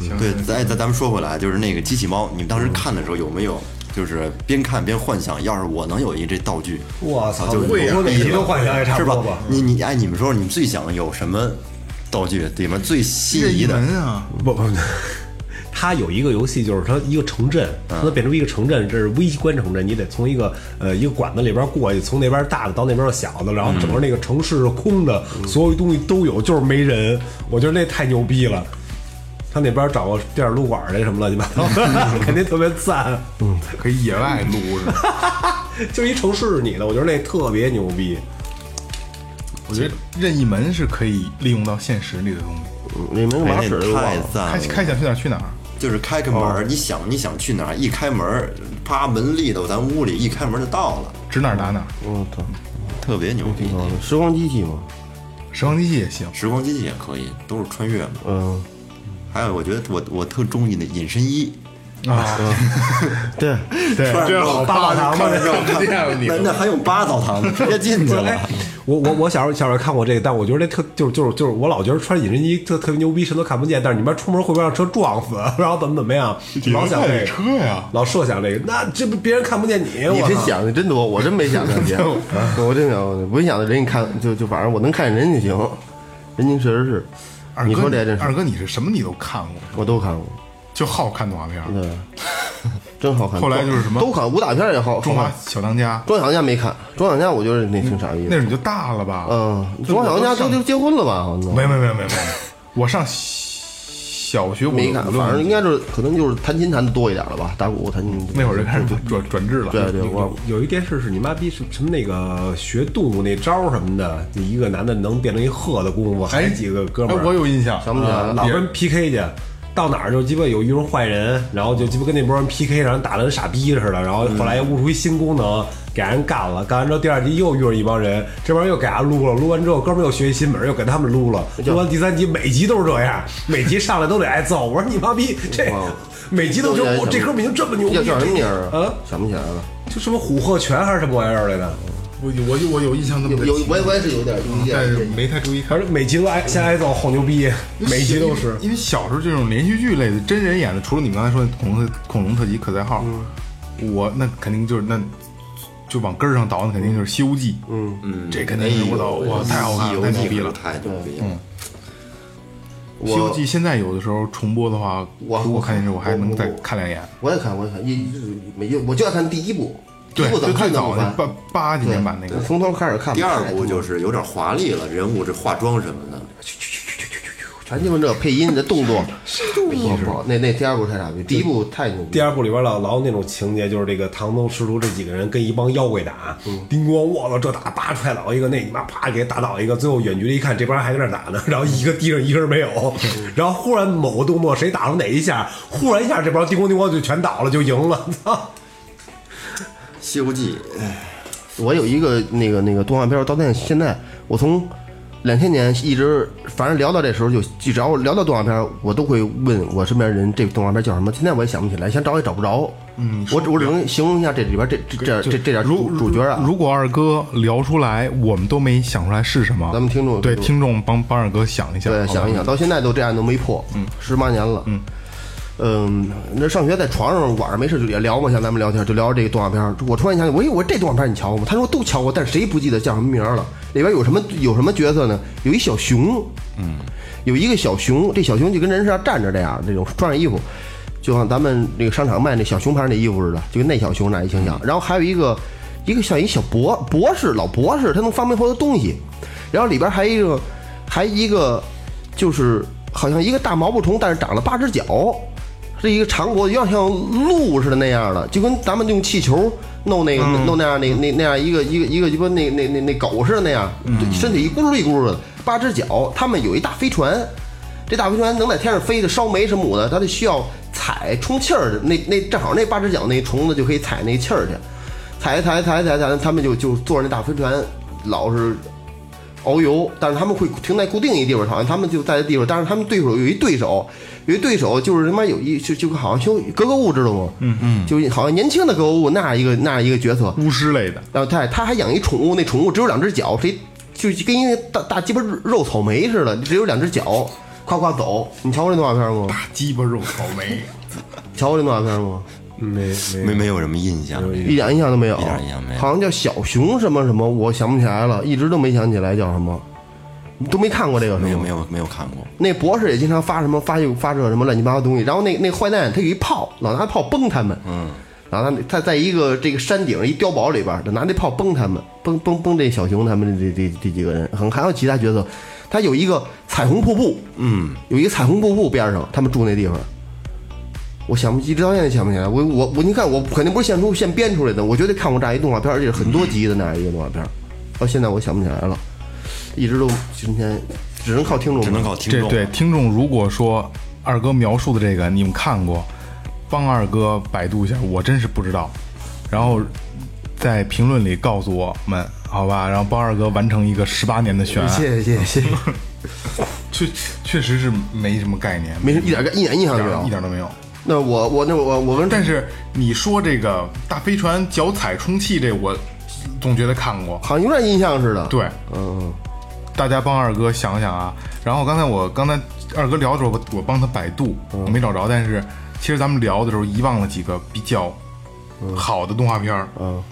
行对，行咱咱咱们说回来，啊就是那个机器猫，你们当时看的时候有没有就是边看边幻想，要是我能有一这道具，我操，就我说每啊集都幻想也差是不多吧？你你哎，你们说你们最想有什么道具？里面最心任仪意的？哎门啊，不 不，它有一个游戏，就是它一个城镇，它变成一个城镇，这是微观城镇，你得从一个呃一个管子里边过去，从那边大的到那边小的，然后整个那个城市是空的，所有东西都有，就是没人。我觉得那太牛逼了。他那边找个电影录管那什么乱七八糟，肯定特别赞。可以野外撸是吧？就一城市是你的，我觉得那特别牛逼。我觉得任意门是可以利用到现实里的东西。嗯那没哎马水那就忘太了。赞开了！开想去哪儿去哪儿，就是开开门儿，你想你想去哪儿，一开门儿，啪门立到咱屋里，一开门就到了，指哪儿打哪儿。我操，特别牛逼挺。好的时光机器嘛，时光机器也行，时光机器也可以，都是穿越嘛。嗯，还有，我觉得我我特中意那隐身衣，对，对，穿上之后八宝堂啊嘛，看着看着那那还有八澡堂呢，直接进 去了。哎我我我小时候小时候看过这个，但我觉得这特就是就是就是我老觉得穿隐身衣特特别牛逼，谁都看不见，但是你妈出门会不会让车撞死， 然后怎么怎么样，老想这你个车呀老设想这个，那这不别人看不见你，哎你我真操想的真多，我真没想这 些，我真没想过，我一想到人家看就就反正我能看见人就行，人家确实是。二你哥，说这真是二哥，你是什么你都看过，我都看过，就好看动画片儿，对，真好看。后来就是什么都看，武打片也好，中华好看小当家》，装小当家没看，装小当家我觉得那挺傻逼那的。时候你就大了吧？嗯，装小当家都就结婚了吧？好像没没没没没没，我上小学我没看，反正应该就是可能就是弹琴弹的多一点了吧，打鼓弹琴。那会儿就开始转转制了。嗯对对，我有一电视是你妈逼什什么那个学动物那招儿什么的，就一个男的能变成一鹤的功夫，还几个哥们哎，我儿，有印象，啊想不起来了。老跟 PK 去，到哪儿就鸡巴有一种坏人，然后就鸡巴跟那波人 PK，然后打的跟傻逼似的，然后后来又悟出一新功能，给人干了，干完之后第二集又遇上一帮人，这帮人又给他撸了，撸完之后哥们儿又学一新本儿，又给他们撸哎了，撸完第三集每集都是这样，每集上来都得挨揍，我说你妈逼这哇每集都都这是挨我这揍哥们儿已经这么牛逼叫，叫什么名儿啊啊？想不起来了。就什么虎鹤拳还是什么玩意儿来的。嗯我我有我有印象那么有个有情，我也我也是有点理解嗯但是没太注意看反。正每集都挨先挨揍，后牛 逼，每集都是因为。因为小时候这种连续剧类的真人演的，除了你们刚才说的恐龙特恐龙特辑可赛号，嗯我那肯定就是那就往根儿上倒，那肯定就是《西游记》。嗯嗯，这肯定哎是我操，哇，太好看了，太牛逼了！《嗯太牛逼了！西游我记》现在有的时候重播的话，我如果看电视，我我还能我再看两眼。我也看，我也看，一直没有，我就爱看第一部，第一对，部就怎么最看怎早么那翻，八八几年版那个对，，从头开始看吧。第二部就是有点华丽了，人物这化妆什么的，哎全鸡巴这配音这动作，不不不，那那第二部太傻逼，第一部太牛逼。第二部里边老老有那种情节，就是这个唐僧师徒这几个人跟一帮妖怪打，叮咣，我操，这打叭踹倒一个，那你妈啪给打倒一个，最后远距离一看，这帮人还在那打呢，然后一个地上一个人没有，然后忽然某个动作谁打到哪一下，忽然一下这帮叮咣叮咣就全倒了，就赢了，操！ 《西游记》哎我有一个那个那个动画片儿，到现在现在我从两千年一直，反正聊到这时候就，就只要聊到动画片儿，我都会问我身边人这动画片叫什么。现在我也想不起来，想找也找不着。嗯，我只我只能形容一下这里边这这这这这点如主主角啊，如果二哥聊出来，我们都没想出来是什么，咱们听众对听众帮帮二哥想一下，对，好吧想一想，，到现在都这案都没破，嗯，十八年了，嗯。嗯，那上学在床上晚上没事就也聊嘛，像咱们聊天就聊这个动画片儿。我突然想起，我我这动画片儿你瞧过吗？他说都瞧过，但是谁不记得叫什么名儿了？里边有什么有什么角色呢？有一小熊，嗯，有一个小熊，这小熊就跟人似的站着这样，这种穿上衣服，就像咱们那个商场卖那小熊牌那衣服似的，就跟那小熊那一形象。然后还有一个一个像一小博博士老博士，他能发明好多东西。然后里边还有一个还一个就是好像一个大毛毛虫，但是长了八只脚，是一个长脖子，有点像鹿似的那样的，就跟咱们用气球弄那个、弄那样那那那样一个一个一个鸡巴那那那那狗似的那样，对身体一咕噜一咕噜的，八只脚。他们有一大飞船，这大飞船能在天上飞的，烧煤什么的，它得需要踩充气儿的，那那正好那八只脚那虫子就可以踩那气儿去，踩踩踩踩踩，他们就就坐着那大飞船，老是遨游，但是他们会停在固定一地方，好像他们就在的地方，但是他们对手有一对手，有一对手就是他妈有一就就好像修格格巫知道吗？嗯嗯，就好像年轻的格格巫那一个那一个角色，巫师类的，然后他他还养一宠物，那宠物只有两只脚，谁就跟一个大大鸡巴肉草莓似的，只有两只脚，夸夸走。你瞧过这动画片吗？大鸡巴肉草莓，瞧过这动画片吗？没没没有什么印象。一点印象都没有，一点印象没有好像叫小熊什么什么，我想不起来了，一直都没想起来叫什么，你都没看过这个是吗？没有没有没有看过，那博士也经常发什么发又发射什么乱七八糟东西，然后那那坏蛋他有一炮，老拿炮崩他们，嗯，然后他他在一个这个山顶上一碉堡里边，拿那炮崩他们，崩崩崩这小熊他们这这这这几个人，很还有其他角色，他有一个彩虹瀑布，嗯，有一个彩虹瀑布边上，他们住那地方，我想不一直到现在想不起来，我我我你看我肯定不是现出现编出来的，我绝对看过这样一动画片，而且是很多集的那样一个动画片，到现在我想不起来了，一直都今天只能靠听众，只能靠听这众。对听众如果说二哥描述的这个你们看过，帮二哥百度一下，我真是不知道，然后在评论里告诉我们，好吧，然后帮二哥完成一个十八年的悬案，谢谢谢谢谢谢。 确确实是没什么概念，没事，一点一点印象一都没点有。一点都没有。那我我那我我跟但是你说这个大飞船脚踩充气这，我总觉得看过。好像有点印象似的。，对，嗯，大家帮二哥想想啊。然后刚才我刚才二哥聊的时候，我我帮他百度，我嗯没找着。但是其实咱们聊的时候遗忘了几个比较好的动画片儿，嗯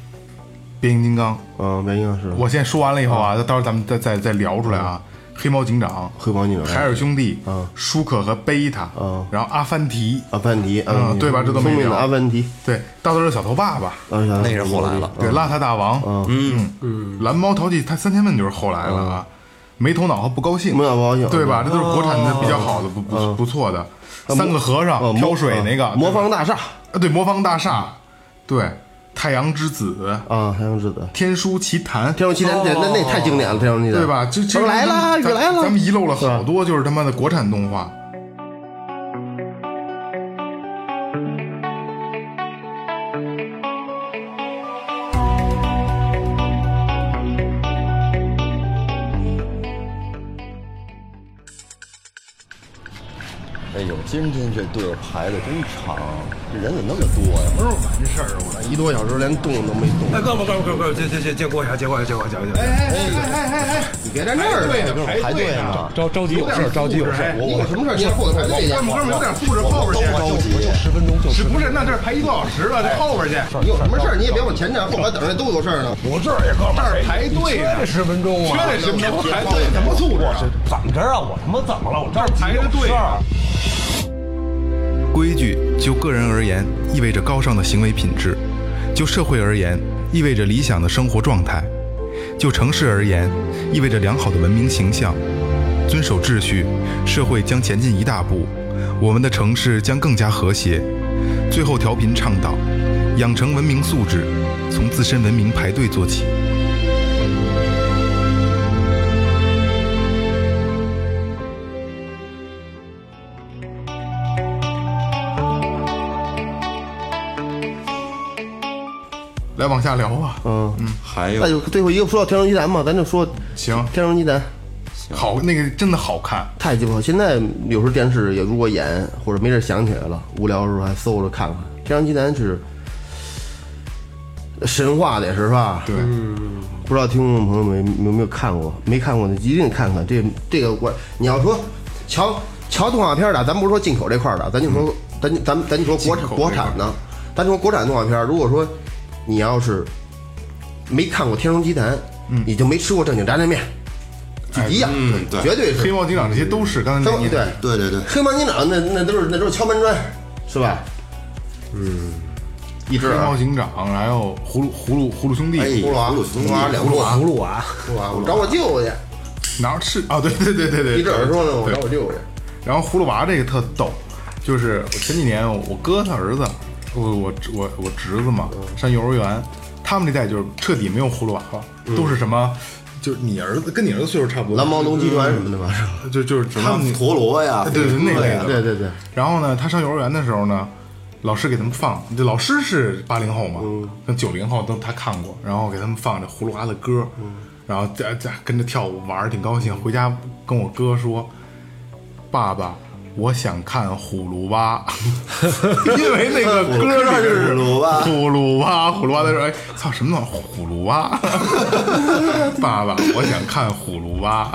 变形金刚》。嗯，没印象是。嗯我现在说完了以后啊，到时候咱们再再再聊出来啊。黑猫警长、黑猫警长海尔兄弟、嗯舒克和贝塔，嗯然后阿凡提，阿凡提，嗯对吧这都没聪明聊的阿凡提，对，大头儿小头爸爸，啊想那是后来了对，邋遢大王，嗯嗯，蓝猫淘气，他三千问就是后来了啊，没头脑和不高兴，嗯没有不高兴对吧？这都是国产的比较好的，不不不错的。三个和尚嗯呃挑水那个，啊魔方大厦啊，对，魔方大厦，对，太阳之子，啊，太阳之子，天书奇谭，天上奇谭，那那那太经典了，天上奇谭，哦对吧？这这雨来了，雨咱来了，咱们遗漏了是吧好多，就是他妈的国产动画。哎呦，今天这队儿排的真长，这人怎么那么多呀？不是完事儿，啊我一多小时连动都没动。哎，哥们儿，哥们儿，哥们儿，借借借借过一下，借过一下，借过一下，借过一下。哎哎哎哎哎，你别在那儿对了，呢，排队呢，着着急有事儿，着急有事儿。你有什么事儿？你后头排队去。哥们儿有点素质，后边去。是不是？那这排一多小时了，这后边去。你有什么事儿？你也别往前站，后边等着都有事儿呢。我这儿也哥们儿排队呢，十分钟啊缺这什么？排队什么素质啊？怎么着啊？我他妈怎么了？我这儿排着队啊规矩就个人而言意味着高尚的行为品质，就社会而言意味着理想的生活状态，就城市而言意味着良好的文明形象。遵守秩序，社会将前进一大步，我们的城市将更加和谐。最后调频倡导，养成文明素质，从自身文明排队做起。来往下聊啊吧，嗯，还有那就最后一个说到天上奇谭嘛，咱就说行，天上奇谭好，那个真的好看。太鸡巴好。现在有时候电视也如果演或者没事儿想起来了，无聊的时候还搜着看看。天上奇谭是神话的也是吧？对，不知道听众朋友们有没有看过？没看过的一定看看。这这个我你要说瞧瞧动画片儿的，咱不是说进口这块儿的，咱就说、咱就咱咱咱就说进国产口这块国儿产的，咱就说国产动画片儿。如果说你要是没看过《天书奇谭》，嗯你就没吃过正经炸酱面，就哎一样，嗯对绝对是黑猫警长这些都是刚才黑猫那你嗯对对对哎对，黑猫警长那那都是那都是敲门砖，是吧？嗯，一只黑猫啊警长，还有葫芦葫芦葫芦兄弟，哎葫芦娃，葫芦葫芦娃两葫芦啊娃，葫芦啊娃，葫芦娃，啊我找我舅去。哪儿是啊？对对对对对，一只耳朵呢，我对找我舅去。然后葫芦娃这个特逗，就是我前几年我哥他儿子，我我我我侄子嘛，嗯上幼儿园，他们那代就是彻底没有葫芦娃了，都是什么，就是你儿子跟你儿子岁数差不多，嗯嗯蓝猫龙集团什么的吧，就就是什嗯他么们陀螺呀，对对那类的，对对对。然后呢，他上幼儿园的时候呢，老师给他们放，这老师是八零后嘛，跟九零后都他看过，然后给他们放这葫芦娃的歌，然后在在跟着跳舞玩儿，挺高兴。回家跟我哥说，爸爸。我想看葫芦娃，因为那个歌里边葫是芦娃葫芦娃，葫芦娃。他说：“哎，操，什么玩意儿葫芦娃？ 爸爸，我想看葫芦娃。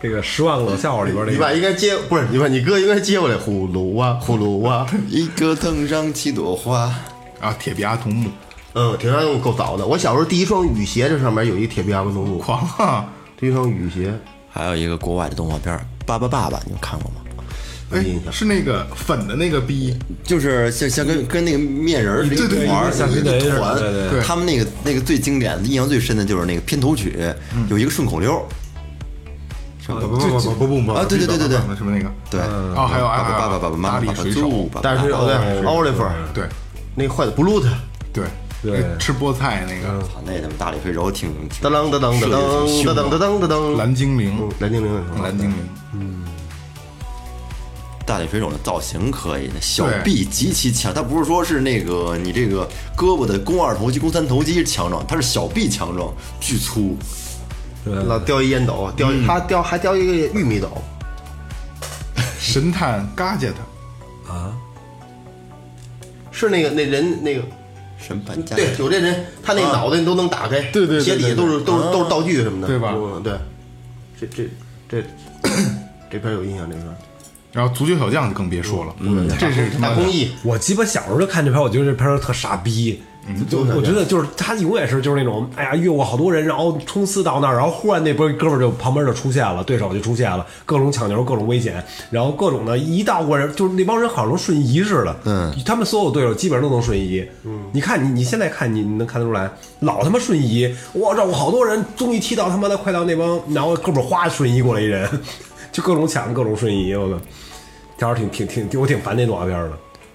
这个十万个冷笑话里边你这爸个，应该接不是你爸，你哥应该接过来啊葫芦娃，葫芦娃。一棵藤上七朵花，啊，铁臂阿童木，嗯，铁臂阿童木够早的。我小时候第一双雨鞋，这上面有一铁臂阿童木，狂啊！第一双雨鞋还有一个国外的动画片儿《爸爸爸爸》，你们看过吗？哎没印，象。是那个粉的那个逼，就是像像跟跟那个面人儿是一对对个团儿，像一跟个人似的团。对对对他们那个那个最经典、印象最深的就是那个片头曲，有一个顺口溜儿。不不不不不不不啊对对对对对什么那个对，啊，还有爸啊，爸爸爸爸爸妈大妈力爸爸水猪手，，爸爸但是爸爸哦对，Oliver 对那坏的 blue 的，对对吃菠菜那个操那他妈大力水手挺挺噔噔噔噔噔噔噔噔噔噔噔。蓝精灵嗯，，蓝精灵那首，蓝精灵，大力水手的造型可以，那小对臂极其强。他不是说是那个你这个胳膊的肱二头肌、肱三头肌强壮，他是小臂强壮，巨粗。呃老叼一烟斗，叼一他叼还叼一个玉米斗，神探嘎杰特，是那个那人那个神板加对，有这人，他啊那个脑袋你都能打开，对对对鞋底下都是都是都是道具什么的，对吧嗯啊对，这这这这边有印象，这边然后足球小将就更别说了，这是他妈大的公益，我鸡巴小时候就看这片儿，我觉得这片儿特傻逼。就我觉得就是他永远是就是那种，哎呀，越过好多人，然后冲刺到那儿，然后忽然那波哥们儿就旁边就出现了，对手就出现了，各种抢球，各种危险，然后各种的，一到过人，就是那帮人好像都瞬移似的，嗯，他们所有对手基本上都能瞬移，嗯，你看你你现在看你你能看得出来，老他妈瞬移，哇，绕过好多人，终于踢到他妈的快到那帮，然后哥们儿哗瞬移过来一人， 就各种抢，各种瞬移，我操，这还是挺挺挺挺我挺烦那动画片儿的，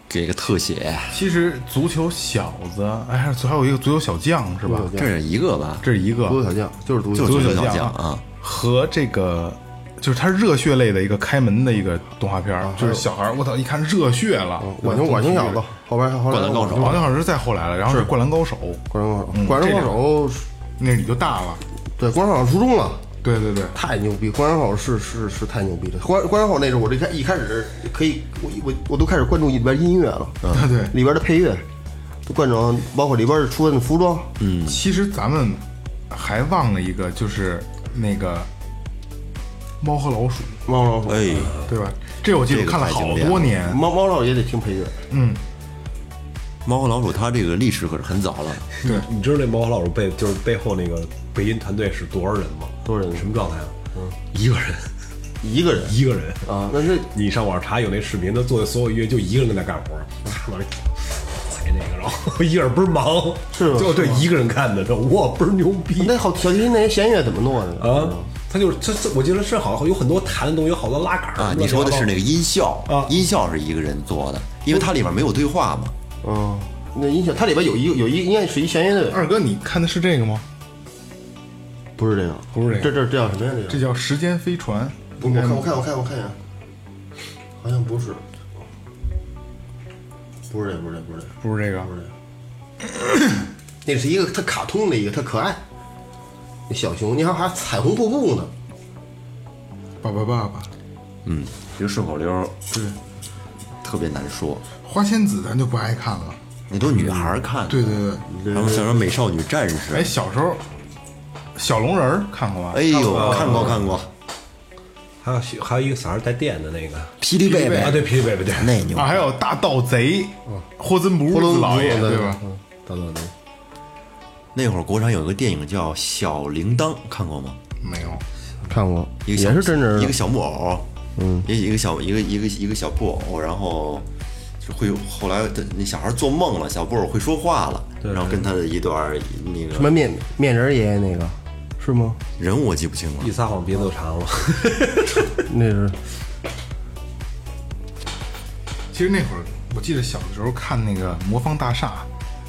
给个特写，其实足球小子，哎，还有还有一个足球小将是吧？这是一个吧？这是一个足球小将就是足就球是足球小小将将啊，和这个就是它热血类的一个开门的一个动画片儿，就是小孩儿，我操，一看热血了，我听我听小子，后边后灌篮边高手嗯王小是再后来了，然后是灌篮高手，灌篮高手，灌篮高手，那你就大了，对，灌篮高手初中了。对对对，太牛逼！关山好是是是太牛逼了。关关山好那是我这开一开始可以，我我我都开始关注里边音乐了，啊对里边的配乐，都关注，包括里边出的服装，嗯，其实咱们还忘了一个，就是那个猫和老鼠，猫老鼠，哎，对吧？这我记得这个看了太好经典多了年，猫猫老鼠也得听配乐，猫和老鼠它这个历史可是很早了，对，你知道那猫和老鼠背就是背后那个配音团队是多少人吗？多少人什么状态啊？嗯一个人， 一个人一个人。啊，那那你上网查有那视频，他做的所有乐就一个人在那干活，完 了踩那个，然后 一个人倍儿忙，是吗就对一个人干的，这哇倍儿牛逼那好小提琴那些弦乐怎么弄的啊！他就是这这，我记得是好像有很多弹的东西，有好多拉杆儿啊，你说的是那个音效啊音效是一个人做的，因为它里面没有对话嘛。嗯，那音响它里边有一个有一应该是一弦乐队，二哥，你看的是这个吗？不是这个，不是这这这这叫什么呀？这这叫时间飞船，个，我看我看我看我看一眼，好像不是，不是这个不是这个不是这个。不是这个不，是，那是一 个特卡通的一个，特可爱。那小熊，你看还彩虹瀑布呢，爸爸爸爸，嗯，其实顺口溜儿对，特别难说，花仙子咱就不爱看了，那都是女孩儿看的。对对对，还有像什么美少女战哎，士，小时候小龙人儿看过吗？哎，呦，看过看过，还有还有一个小孩带电的那个霹雳贝贝，啊，对，霹雳贝贝对，那牛啊，还有大盗贼，霍尊不呼是隆老爷呼隆对吧？？等等等，那会儿国产有个电影叫《小铃铛》，看过吗？没有，看过，一也个小是真人啊一个小木偶，嗯，一一个小一个一个一个小布偶，然后就会后来的那小孩做梦了，小布偶会说话了，然后跟他的一段儿那什么个面面人爷爷那个，是吗？人物我记不清了一，撒谎鼻子就 长了，那是其实那会儿我记得小的时候看那个《魔方大厦》，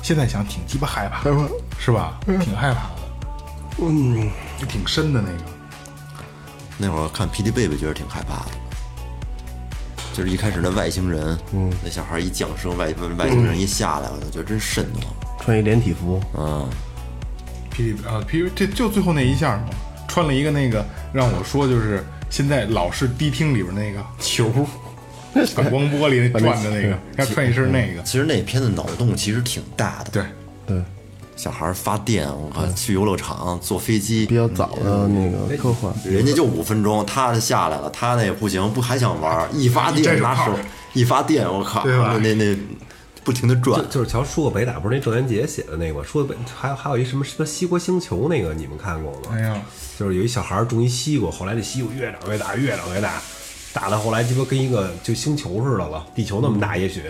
现在想挺鸡巴害怕的，是吧？挺害怕的，嗯，挺深的那个。那会儿看霹雳贝贝觉得挺害怕的。就是一开始那外星人，嗯，那小孩一降生，外外星人一下来，我就觉得真瘆得慌。穿一连体服，嗯，霹雳啊，霹雳这就最后那一下嘛，穿了一个那个让我说就是现在老式迪厅里边那个球，反光玻璃那转的那个，要穿一身那个，其实那片子脑洞其实挺大的。对，对，嗯小孩儿发电，我靠，去游乐场坐飞机，比较早的那个科幻。人家就五分钟，他下来了，他那也不行，不还想玩儿，一发这电是拿炮手一发电，我靠，对吧那那那不停的转就，就是瞧舒克北打不是那郑渊洁写的那个吗？舒克北还有还有一什么什么西瓜星球那个，你们看过吗？哎呀，就是有一小孩儿种一西瓜，后来这西瓜越长越大，越长越大，大到后来鸡巴跟一个就星球似的了，地球那么大也许。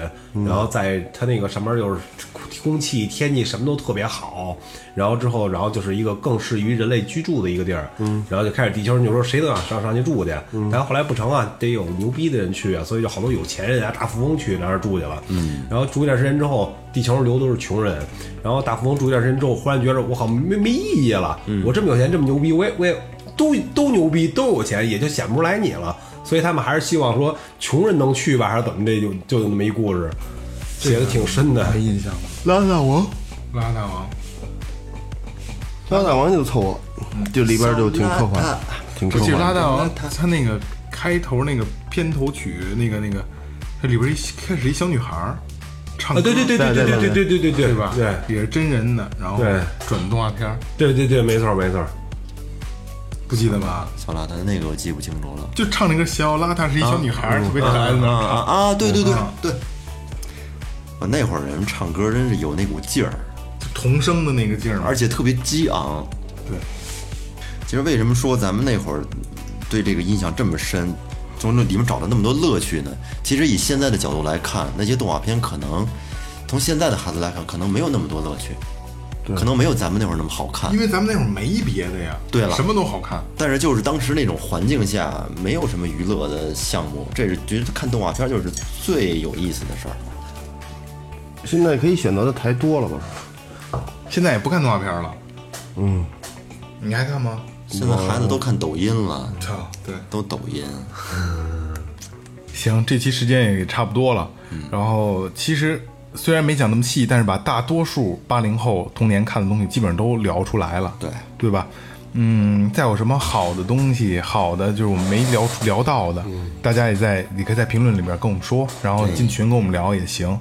然后在它那个上面就是空气、天气什么都特别好，然后之后，然后就是一个更适于人类居住的一个地儿。嗯，然后就开始地球人就说谁都想上上去住去，但后来不成啊，得有牛逼的人去啊，所以就好多有钱人啊、大富翁去那儿住去了。嗯，然后住一段时间之后，地球上留的都是穷人，然后大富翁住一段时间之后，忽然觉得我靠没没意义了，我这么有钱这么牛逼，我也我也都都牛逼都有钱，也就显不出来你了，所以他们还是希望说穷人能去吧，还是怎么的，就就有那么一故事，写的挺深的。没印象了。拉大王，拉大王，拉大王就凑合，就里边就挺科幻，挺我科记得拉幻。大王他他那个开头那个片头曲那个那个，它里边一开始一小女孩儿唱啊，歌，对对对对对对对对对对对吧？对也是真人的，然后对转动画片儿，对对对，没错没错。不记得吧？小邋遢那个我记不清楚了。就唱那个小邋遢是一小女孩儿，特别可爱的啊那啊种。啊！对对对嗯对，我那会儿人唱歌真是有那股劲儿，童声的那个劲儿嘛，而且特别激昂。对，其实为什么说咱们那会儿对这个印象这么深，从这里面找了那么多乐趣呢？其实以现在的角度来看，那些动画片可能从现在的孩子来看，可能没有那么多乐趣，可能没有咱们那会儿那么好看因。为咱们那会儿没别的呀，对了什么都好看，但是就是当时那种环境下，没有什么娱乐的项目，这是觉得看动画片就是最有意思的事儿。现在可以选择的台多了吧？现在也不看动画片了，嗯，你还看吗？现在孩子都看抖音了，操，对，都抖音。行，这期时间也差不多了。然后其实虽然没讲那么细，但是把大多数八零后童年看的东西基本上都聊出来了，对对吧？嗯，再有什么好的东西，好的就是我们没聊出聊到的，大家也在也可以在评论里面跟我们说，然后进群跟我们聊也行。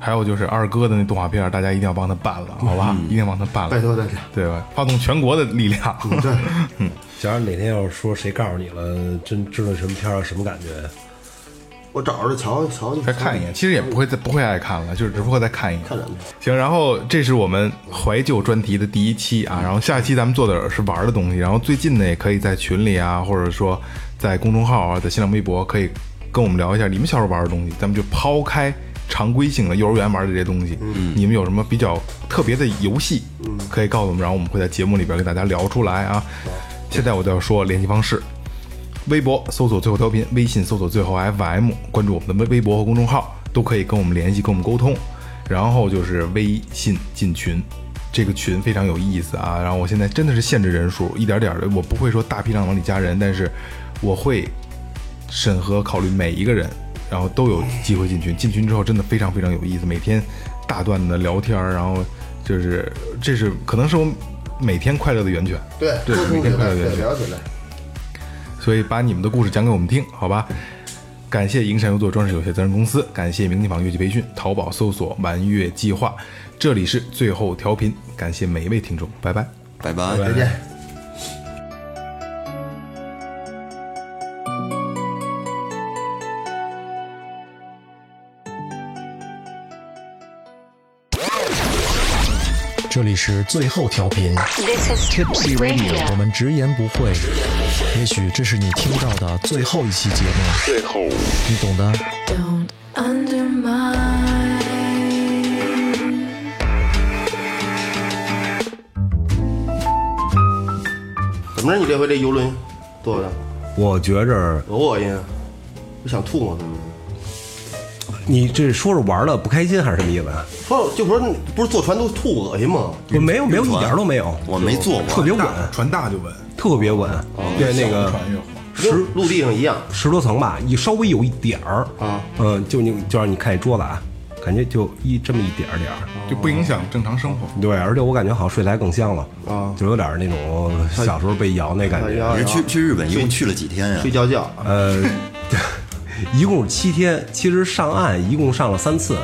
还有就是二哥的那动画片儿，大家一定要帮他办了，好吧？一定要帮他办了，拜嗯托大家，对吧？发动全国的力量。对，假如哪天要是说谁告诉你了，真知道什么片儿什么感觉？我找着瞧瞧瞧，再看一眼，其实也不会再不会爱看了，就是只不过再看一眼。看两遍行，然后这是我们怀旧专题的第一期啊，然后下一期咱们做的是玩的东西，然后最近呢也可以在群里啊，或者说在公众号啊，在新浪微博可以跟我们聊一下你们小时候玩的东西，咱们就抛开常规性的幼儿园玩的这些东西，你们有什么比较特别的游戏可以告诉我们，然后我们会在节目里边给大家聊出来啊。现在我就要说联系方式，微博搜索最后调频，微信搜索最后 FM，关注我们的微微博和公众号，都可以跟我们联系，跟我们沟通。然后就是微信进群，这个群非常有意思啊。然后我现在真的是限制人数，一点点的，我不会说大批量往里加人，但是我会审核考虑每一个人，然后都有机会进群。进群之后真的非常非常有意思，每天大段的聊天儿，然后就是这是可能是我每天快乐的源泉。对，对沟通起每天快来，乐对源，泉。聊起来。所以把你们的故事讲给我们听，好吧？感谢营山优作装饰有限责任公司，感谢明镜坊乐器培训，淘宝搜索“玩乐计划”。这里是最后调频，感谢每一位听众，拜拜。拜拜。再见。这里是最后调频， This is Tipsy Radio. 我们直言不讳。也许这是你听到的最后一期节目，最后，你懂的。 Don't undermine. 怎么着？你这回这游轮坐的我觉着多恶心啊！我想吐啊吗？你这说是玩了不开心还是什么意思啊？说就说不是坐船都吐恶心吗？我没有没有一点儿都没有，我没做过 特别稳，啊船大就稳，特别稳。对那个船越火。跟陆地上一样，十多层吧，一稍微有一点儿啊，嗯，就你就让你看一桌子啊，感觉就一这么一点儿点儿。就不影响正常生活。对，而且我感觉好像睡起来更香了，啊就有点儿那种小时候被摇那感觉。摇你是去去日本一共去了几天呀、睡觉觉。呃，一共是七天，其实上岸一共上了三次，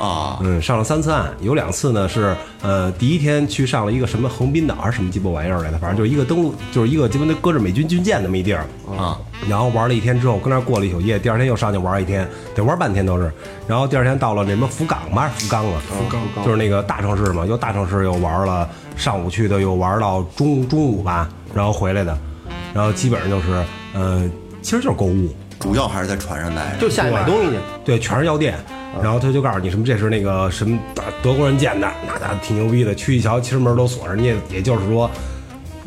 啊，嗯，上了三次岸，有两次呢是呃第一天去上了一个什么横滨岛还是什么鸡巴玩意儿来的，反正就是一个登陆，就是一个鸡巴那搁着美军军舰那么一地儿啊。然后玩了一天之后，跟那儿过了一宿夜，第二天又上去玩一天，得玩半天都是。然后第二天到了那什么福冈吧，福冈啊，福冈就是那个大城市嘛，又大城市又玩了，上午去的又玩到中中午吧，然后回来的，然后基本上就是呃，其实就是购物，主要还是在船上待着。就下去买东西去。对，全是药店。然后他就告诉你什么，这是那个什么德德国人建的，那那挺牛逼的。去一瞧，其实门都锁着，你也也就是说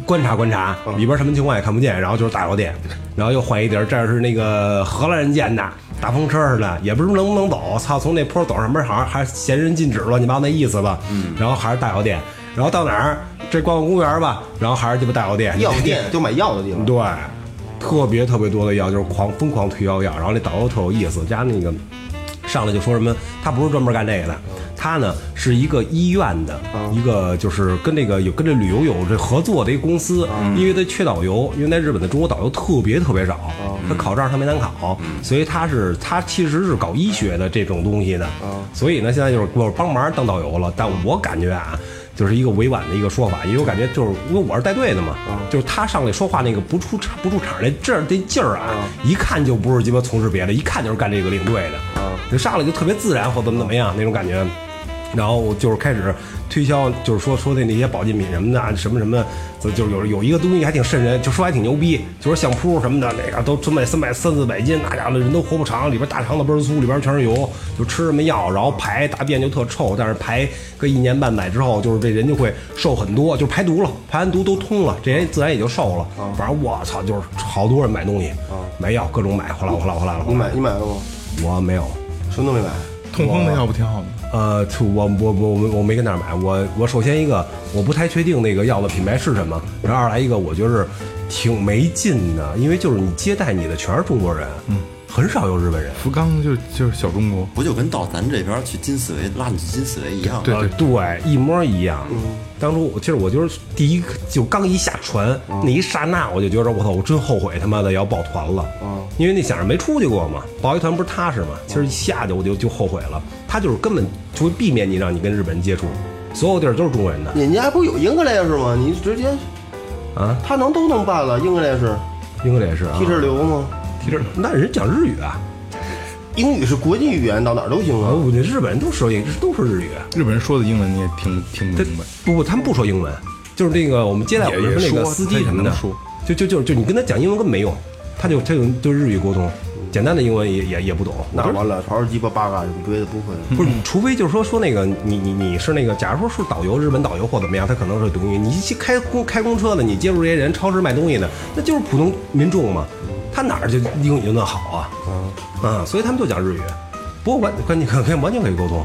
观察观察，里边什么情况也看不见。然后就是大药 店，然后又换一地儿，这是那个荷兰人建的，大风车似的，也不知道能不能走。操，从那坡走上边好像还闲人禁止乱七八糟那意思吧。嗯。然后还是大药店，然后到哪儿这逛逛公园吧，然后还是鸡巴大药店，药店就买药的地方。对，特别特别多的药，就是狂疯狂推销药，然后那导游特有意思，加那个上来就说什么，他不是专门干这个的，他呢是一个医院的、一个就是跟这个有跟这旅游有这合作的一个公司，因为他缺导游，因为在日本的中国导游特别特别少，他考证他没难考，所以他是他其实是搞医学的这种东西的，所以呢现在就是我帮忙当导游了，但我感觉啊。就是一个委婉的一个说法，因为我感觉就是因为我是带队的嘛，就是他上来说话那个不出场不出场那劲儿那劲儿啊，一看就不是鸡巴从事别的，一看就是干这个领队的，就上来就特别自然或怎么怎么样那种感觉。然后就是开始推销，就是说说的那些保健品什么的啊，什么什么，就就是有有一个东西还挺瘆人，就说还挺牛逼，就说相扑什么的，那个都准备三百三四百斤，那家伙人都活不长，里边大肠子倍儿粗，里边全是油，就吃什么药，然后排大便就特臭，但是排个一年半载之后，就是这人就会瘦很多，就是排毒了，排完毒都通了，这人自然也就瘦了。啊反正我操，就是好多人买东西，买药各种买，哗啦哗啦哗啦哗啦。你买你买了吗？我没有。什么都没买。痛风的药不挺好吗？呃，就我我我我我没跟那儿买，我我首先一个我不太确定那个药的品牌是什么，然后二来一个我觉着挺没劲的，因为就是你接待你的全是中国人，嗯，很少有日本人。福冈就就是小中国，不就跟到咱这边儿去金丝围拉你去金丝围一样？对呃，对，一模一样。当初我其实我就是第一个，就刚一下船、那一刹那，我就觉得我操，我真后悔他妈的要抱团了。因为那想着没出去过嘛，抱一团不是踏实嘛。其实一下去我就就后悔了，他就是根本就会避免你让你跟日本人接触，所有地儿都是中国人的。你家不是有英格雷是吗？你直接啊，他能都能办了，英格雷是英格也是啊，提示流吗？提着，那人讲日语啊，英语是国际语言，到哪儿都行啊，啊。我觉得日本人都说英都说日语，日本人说的英文你也听听不他明白。不不，他们不说英文，就是那个我们接待我们也也那个说司机他也什么的能说，就就就就你跟他讲英文根本没用，他就他就就日语沟通，简单的英文也也也不懂，那那完了，朝着鸡巴八嘎就追的不会。不是，除非就是说说那个你你你是那个，假如说是导游，日本导游或怎么样，他可能是懂英语。你去开公开公车的，你接触这些人，超市卖东西的，那就是普通民众嘛，他哪儿就英语就那好啊？啊，所以他们就讲日语，不过完关键可可以完全可以沟通，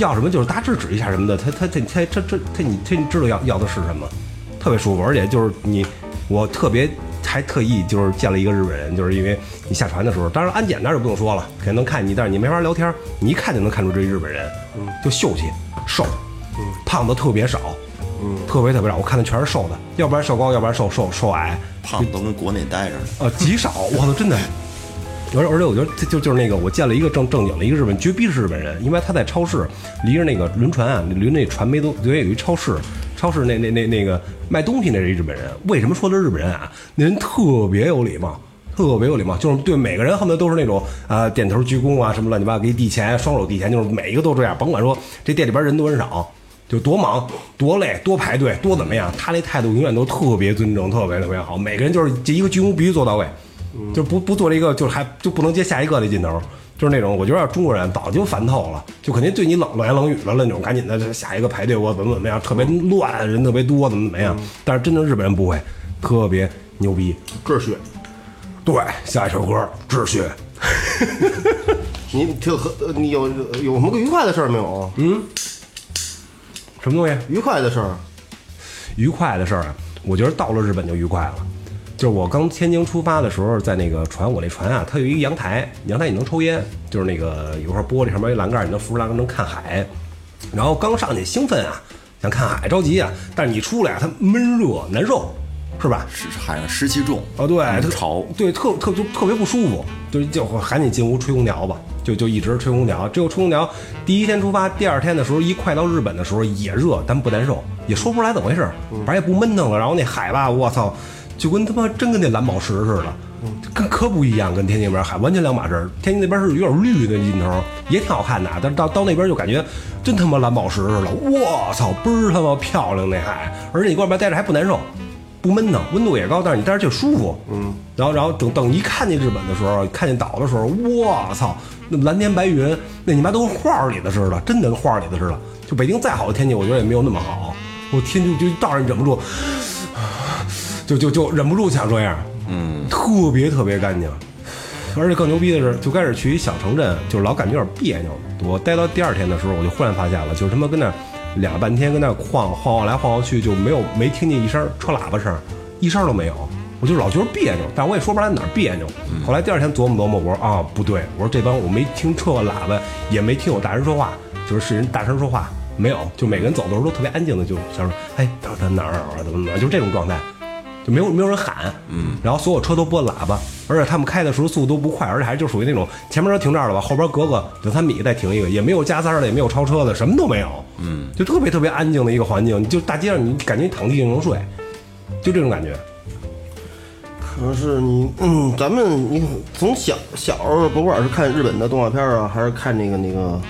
要什么就是大致指一下什么的，他他他他他他他你他你知道要要的是什么，特别舒服，而且就是你我特别。还特意就是见了一个日本人，就是因为你下船的时候，当然安检那儿就不用说了，肯定能看你，但是你没法聊天，你一看就能看出这是日本人，就秀气、瘦，胖子特别少，嗯，特别特别少，我看的全是瘦的，要不然瘦高，要不然瘦瘦瘦矮，胖子都跟国内待着呢。呃，极少，我操，真的。而而且我觉得这就就是那个，我见了一个正正经的一个日本，绝逼是日本人，因为他在超市离着那个轮船啊，离那船没多，因为有一超市，超市那那那那个卖东西那是一日本人。为什么说的日本人啊？那人特别有礼貌，特别有礼貌，就是对每个人恨不得都是那种啊点头鞠躬啊什么乱七八糟，给你递钱，双手递钱，就是每一个都这样，甭管说这店里边人多人少，就多忙、多累、多排队、多怎么样，他那态度永远都特别尊重，特别特别好。每个人就是这一个鞠躬必须做到位，就不不做了一个就是还就不能接下一个的劲头，就是那种我觉得中国人早就烦透了，就肯定对你冷冷言冷语了那种，赶紧的下一个排队我怎么怎么样，特别乱，人特别多，怎么怎么样。但是真正日本人不会，特别牛逼。秩序，对，下一首歌《秩序》。你挺和呃你有有什么个愉快的事儿没有？嗯，什么东西？愉快的事儿，愉快的事儿啊，我觉得到了日本就愉快了。就是我刚天津出发的时候，在那个船，我那船啊，它有一个阳台，阳台你能抽烟，就是那个有块玻璃上面有一栏杆，你能扶着栏杆能看海。然后刚上去兴奋啊，想看海，着急啊，但是你出来啊，它闷热难受，是吧？是是海上湿气重哦，对，嗯特潮对，特特就特别不舒服，就就赶紧进屋吹空调吧，就就一直吹空调。只有吹空调，第一天出发，第二天的时候，一快到日本的时候也热，但不难受，也说不出来怎么回事，反正也不闷腾了。然后那海吧，我操，就跟他妈真跟那蓝宝石似的，跟可不一样，跟天津那边海完全两码事儿。天津那边是有点绿的劲头，也挺好看的啊，但是到到那边就感觉真他妈蓝宝石似的，我操，倍儿他妈漂亮那海，而且你外边待着还不难受。不闷腾，温度也高，但是你待着就舒服。嗯，然后然后等等一看见日本的时候，看见岛的时候，我操，那蓝天白云，那你妈都跟画儿里的似的，真的跟画儿里的似的。就北京再好的天气，我觉得也没有那么好。我天就就到让你忍不住，就就就忍不住想这样，嗯，特别特别干净。 而且更牛逼的是，就开始去一小城镇，就是老感觉有点别扭。我待到第二天的时候，我就忽然发现了，就是他妈跟那儿俩半天跟那儿晃晃晃来晃晃去，就没有没听见一声车喇叭声，一声都没有。我就老觉得别扭，但我也说不出来哪儿别扭。后来第二天琢磨琢磨，我说啊不对，我说这帮我没听车喇叭，也没听有大人说话，就是是人大声说话没有，就每个人走的时候都特别安静的，就想说哎哪儿哪儿哪儿哪儿怎么怎么样，就这种状态。就没有没有人喊，嗯，然后所有车都拨喇叭，而且他们开的时候速度都不快，而且还就属于那种前面车停这儿了吧，后边隔个两三米再停一个，也没有加塞儿的，也没有超车的，什么都没有，嗯，就特别特别安静的一个环境，你就大街上你感觉你躺地就能睡，就这种感觉。可能是你，嗯，咱们你从小小时候，不管是看日本的动画片啊，还是看那个那个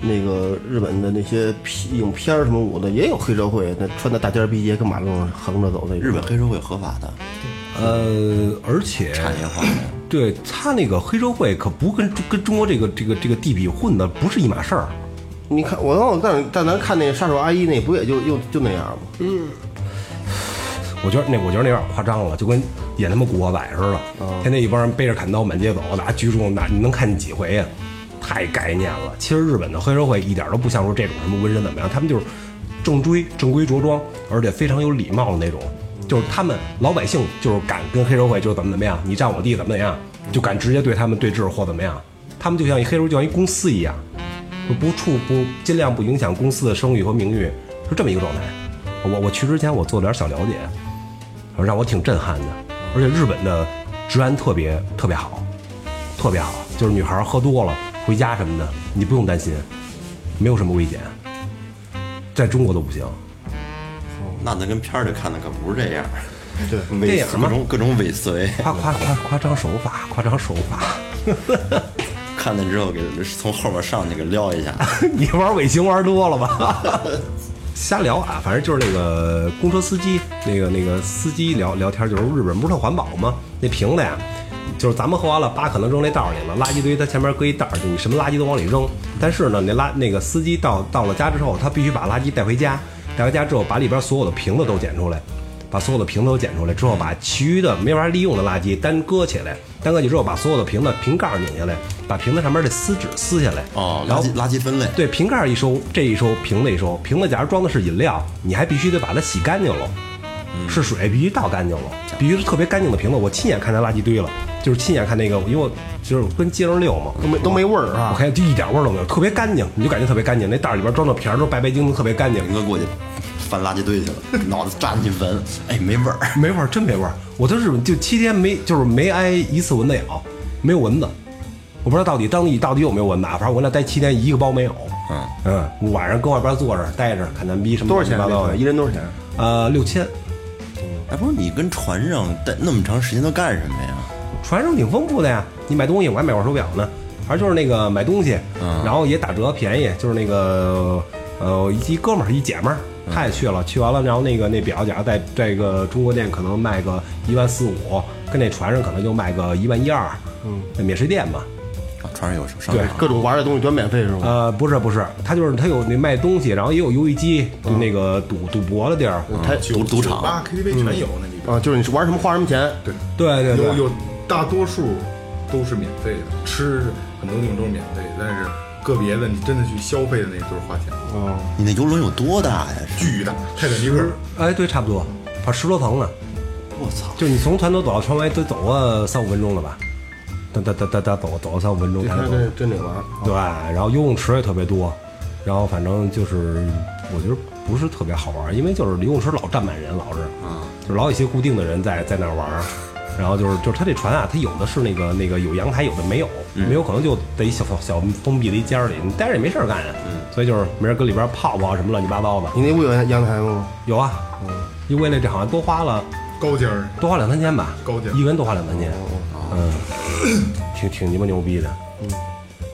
那个日本的那些片影片儿什么舞的，也有黑社会，那穿的大尖儿皮鞋跟马路上横着走那种。日本黑社会合法的，呃，而且产业化 的。对他那个黑社会可不跟中跟中国这个这个这个地痞混的不是一码事儿。你看我让我但但咱看那个杀手阿姨那不也就又就那样吗？我觉得那我觉得那有点夸张了，就跟演他妈古惑仔似的，天天一帮人背着砍刀满街走，拿狙中拿，你能看见几回呀？太概念了。其实日本的黑社会一点都不像说这种什么纹身怎么样，他们就是正规正规着装，而且非常有礼貌的那种，就是他们老百姓就是敢跟黑社会就是怎么怎么样，你占我地怎么怎么样，就敢直接对他们对峙或怎么样。他们就像一黑社会就像一公司一样，就不触不尽量不影响公司的声誉和名誉，是这么一个状态。我我去之前我做了点小了解，让我挺震撼的。而且日本的治安特别特别好，特别好，就是女孩儿喝多了回家什么的，你不用担心，没有什么危险。在中国都不行，那咱跟片儿里看的可不是这样，对，电尾影随嘛各种各种尾随，夸夸夸夸张手法，夸张手法。看了之后给从后边上去给撩 一下，你玩尾行玩多了吧？瞎聊啊，反正就是那个公车司机，那个那个司机聊聊天，就是日本不是特环保吗？那瓶子呀，就是咱们喝完了，叭可能扔那袋儿里了，垃圾堆它前面搁一袋儿，就你什么垃圾都往里扔。但是呢，那垃那个司机到到了家之后，他必须把垃圾带回家，带回家之后把里边所有的瓶子都捡出来，把所有的瓶子都捡出来之后，把其余的没法利用的垃圾单搁起来，单搁起之后把所有的瓶子瓶盖拧下来，把瓶子上面的丝纸撕下来，哦，然垃后圾垃圾分类，对，瓶盖一收，这一收，瓶子一收，瓶子假如装的是饮料，你还必须得把它洗干净了，嗯是水必须倒干净了，必须是特别干净的瓶子。我亲眼看见垃圾堆了，就是亲眼看那个，因为我就是跟街上遛嘛，都没都没味儿我啊。看就一点味儿都没有，特别干净，你就感觉特别干净。那袋儿里边装的瓶儿都白白净净，特别干净，林哥过去翻垃圾堆去了，脑袋扎进去闻，哎，没味儿。没味儿，真没味儿。我在日本就七天没，就是没挨一次蚊子咬，没有蚊子。我不知道到底当地到底有没有蚊子，啊，反正我那待七天一个包没有。嗯嗯，晚上跟外边坐着待着看咱逼什么多少钱啊？乱七八糟那个的一人多少钱啊？呃，六千，哎，不是你跟船上待那么长时间都干什么呀？船上挺丰富的呀。你买东西，我还买块手表呢。反正就是那个买东西，然后也打折便宜，就是那个呃一哥们儿一姐们儿，他也去了，去完了，然后那个那表，假如在这个中国店可能卖个一万四五，跟那船上可能就卖个一万一二，嗯，那免税店嘛，啊，船上有商对场，各种玩的东西全免费是吗？呃，不是不是，他就是他有那卖东西，然后也有游戏机，就那个赌赌博的地儿，嗯台赌赌场八 KTV 全有那里边，啊，就是你是玩什么花什么钱，啊对，对对有对，有大多数都是免费的，吃很多地方都是免费，但是个别的你真的去消费的那都是花钱，你那游轮有多大呀？巨大，泰坦尼克。哎对，差不多，反正十多层呢。我操！就你从船头走到船尾得走个三五分钟了吧？哒哒哒哒哒走走了三五分钟这才还能走。啊真真得玩。对，然后游泳池也特别多，然后反正就是我觉得不是特别好玩，因为就是游泳池老站满人，老是，啊就老有一些固定的人在在那儿玩儿。然后就是就是他这船啊，它有的是那个那个有阳台，有的没有，嗯没有可能就在一小小封闭的一间儿里，你待着也没事儿干呀。嗯所以就是没人搁里边儿泡泡什么乱七八糟的。你那屋有阳台吗？有啊，因为那这好像多花了高尖儿，多花两三千吧，高点一个人多花两三千，嗯， 挺挺鸡巴牛逼的。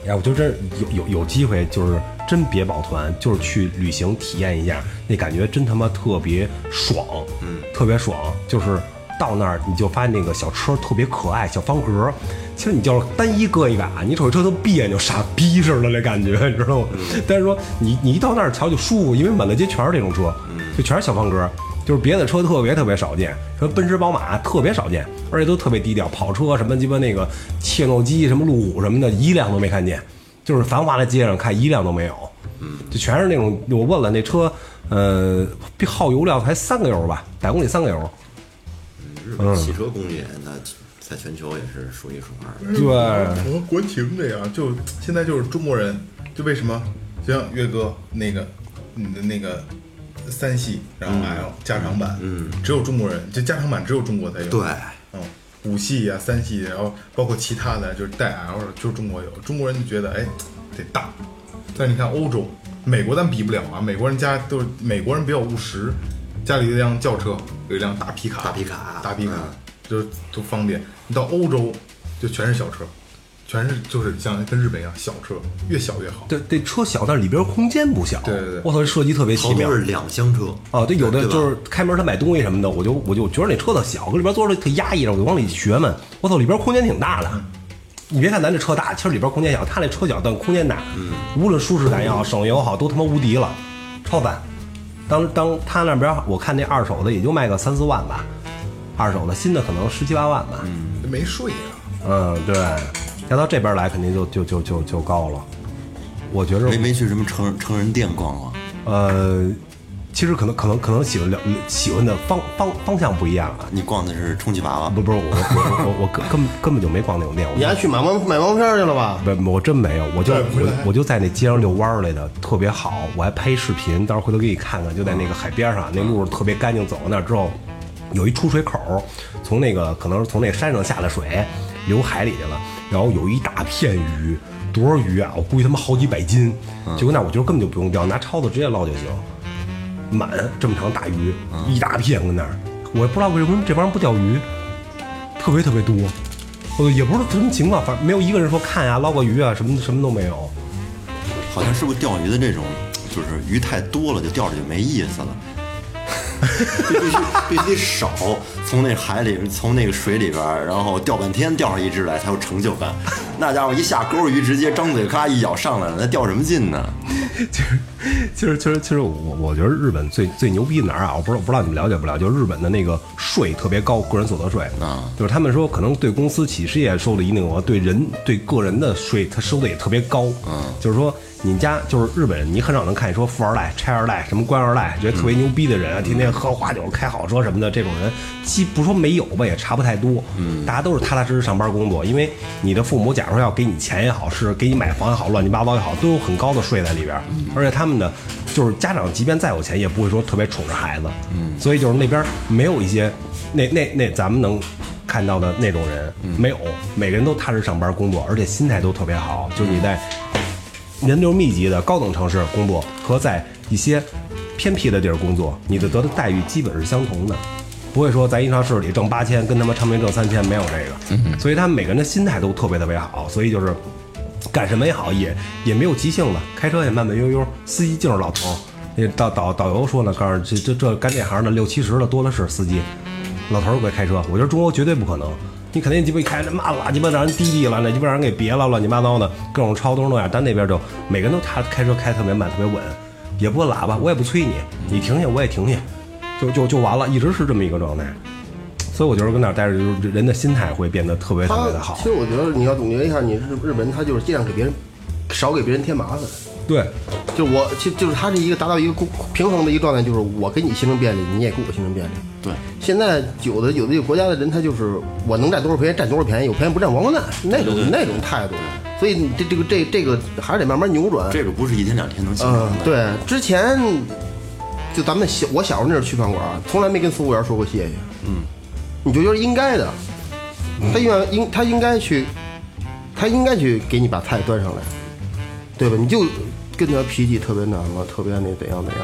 哎，我就真是有有有机会，就是真别抱团，就是去旅行体验一下，那感觉真他妈特别爽，嗯，特别爽。就是到那儿你就发现那个小车特别可爱，小方格，其实你就是单一搁一嘎，你瞅这车都别扭，傻逼似的那感觉，你知道吗？但是说你你一到那儿瞧就舒服，因为满大街全是这种车，就全是小方格。就是别的车特别特别少见，什么奔驰、宝马特别少见，而且都特别低调。跑车什么鸡巴那个切诺基、什么路虎什么的，一辆都没看见。就是繁华的街上看一辆都没有，就全是那种我问了那车，呃，耗油量才三个油吧，百公里三个油，嗯日本汽车工业那在全球也是数一数二的。对，我国情这样，就现在就是中国人，就为什么就像岳哥那个你的那个三系，然后 L、加长版，嗯，只有中国人，就加长版只有中国才有，对，嗯，五系啊、三系，然后包括其他的，就是带 L 的，就是中国有，中国人就觉得哎得大，但是你看欧洲、美国咱比不了啊，美国人家都是美国人比较务实，家里有一辆轿车，有一辆大皮卡，大皮卡大皮卡，嗯就是都方便。你到欧洲就全是小车。全是就是像跟日本一样小车，越小越好。对，这车小，但是里边空间不小。对对对我操，这设计特别好奇妙多。是两厢车啊，对，有的对吧就是开门他买东西什么的，我就我就我觉得那车子小，搁里边坐着特压抑着，我就往里学嘛。我操，里边空间挺大的。嗯你别看咱这车大，其实里边空间小，他那车小但空间大，嗯无论舒适感也好，省油也好，都他妈无敌了，超赞。当当他那边我看那二手的也就卖个三四万吧，二手的新的可能十七八万吧。嗯没税啊，嗯，对，要到这边来肯定就就就就就高了。我觉着没没去什么成成人店逛逛，呃，其实可能可能可能喜欢了喜欢的方方方向不一样啊。你逛的是充气娃娃不，不是我我我我我根根本根本就没逛那种店，我你还去买毛买毛片儿去了吧？不我真没有，我就对不是我我就在那街上遛弯儿来的，特别好，我还拍视频，到时候回头给你看看，就在那个海边上，那路特别干净，走到那儿之后，有一出水口，从那个可能是从那山上下的水流海里去了，然后有一大片鱼，多少鱼啊？我估计他妈好几百斤，结果那我觉得根本就不用钓，拿抄子直接捞就行。满这么长大鱼，一大片跟那儿，我也不知道为什么这帮人不钓鱼，特别特别多，呃，也不知道什么情况，反正没有一个人说看呀、捞个鱼啊，什么什么都没有。好像是不是钓鱼的这种，就是鱼太多了，就钓着就没意思 了。必须必须少从那海里，从那个水里边儿，然后钓半天钓上一只来才有成就感。那家伙一下钩儿鱼，直接张嘴咔一咬上来了，那钓什么劲呢？ 其实，其实，其实我我觉得日本最最牛逼哪儿啊？我不知道，不知道你们了解不了解？就是日本的那个税特别高，个人所得税啊就是他们说可能对公司企事业收的一定额，对人对个人的税他收的也特别高，嗯，就是说你家就是日本人，你很少能看见说富二代、拆二代、什么官二代，觉得特别牛逼的人啊，天天喝花酒、开好车什么的，这种人，既不说没有吧，也差不太多，嗯，大家都是踏踏实实上班工作，因为你的父母假如说要给你钱也好，是给你买房也好，乱七八糟也好，都有很高的税在里边儿，而且他们的就是家长即便再有钱，也不会说特别宠着孩子，嗯，所以就是那边儿没有一些那那那咱们能。看到的那种人，没有，每个人都踏实上班工作，而且心态都特别好。就是你在人流密集的高等城市工作和在一些偏僻的地儿工作，你的得的待遇基本是相同的，不会说咱一上市里挣八千，跟他妈昌平挣三千，没有这个。所以他们每个人的心态都特别特别好，所以就是干什么也好，也也没有急性子，开车也慢慢悠悠，司机就是老头儿。那导导导游说呢，告诉这这这干这行的六七十的多的是司机，老头儿会开车，我觉得中国绝对不可能。你肯定鸡巴一开那嘛拉鸡巴让人滴滴了，那鸡巴让人给别了，乱七八糟的各种超都是那样。但那边就每个人都他开车开特别慢，特别稳，也不摁喇叭，我也不催你，你停下我也停下，就就就完了，一直是这么一个状态。所以我觉得跟那儿待着，就是人的心态会变得特别特他别的好其。实我觉得你要总结一下，你日日本人他就是尽量给别人少给别人添麻烦。对，就我，其就是他是一个达到一个公平衡的一个状态，就是我给你形成便利，你也给我形成便利。对，现在有的有的有国家的人，他就是我能占多少便宜占多少便宜，有便宜不占王八蛋那种那种态度。所以你这这个这这个还是得慢慢扭哎转。这个不是一天两天能形嗯成，的。对，之前就咱们小我小时候那阵儿去饭馆啊，从来没跟服务员说过谢谢。嗯，你就觉得应该的，嗯他应该应他应该去，他应该去给你把菜端上来，对吧？你就跟他脾气特别难了，特别那怎样怎样，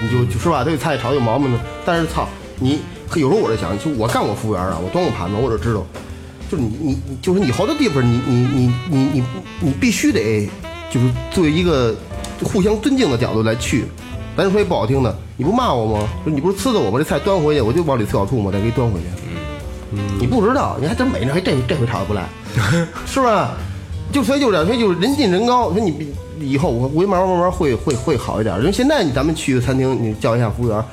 你就就是吧，对菜炒有毛病的。但是操，你有时候我在想，就我干过服务员啊，我端过盘子，我就知道，就是你你你就是你好多地方你，你你你你你你必须得就是作为一个互相尊敬的角度来去。咱说句不好听的，你不骂我吗？就是你不是呲的我吗？这菜端回去，我就往里呲小吐沫，再给你端回去。你不知道，你还 真没呢，还哎这这回炒的不赖，是吧？就所以就是这样，所以就是人近人高，所以你比以后我我慢慢慢慢会会会好一点。因为现在你咱们去餐厅，你叫一下服务员，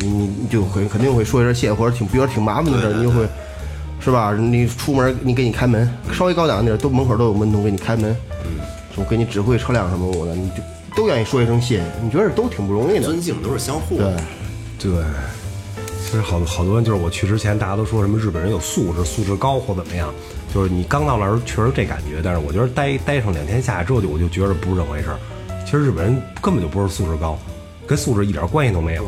你你你就会肯定会说一声谢谢，或者挺觉得挺麻烦的事儿，你就会是吧？你出门你给你开门，稍微高档的地儿都门口都有门童给你开门，嗯就给你指挥车辆什么我的，你就都愿意说一声谢谢，你觉得都挺不容易的，尊敬都是相互对的。。对，其实好多好多人就是我去之前，大家都说什么日本人有素质，素质高或怎么样，就是你刚到那儿确实这感觉，但是我觉得待待上两天下来之后，就我就觉得不是这么回事儿。其实日本人根本就不是素质高，跟素质一点关系都没有。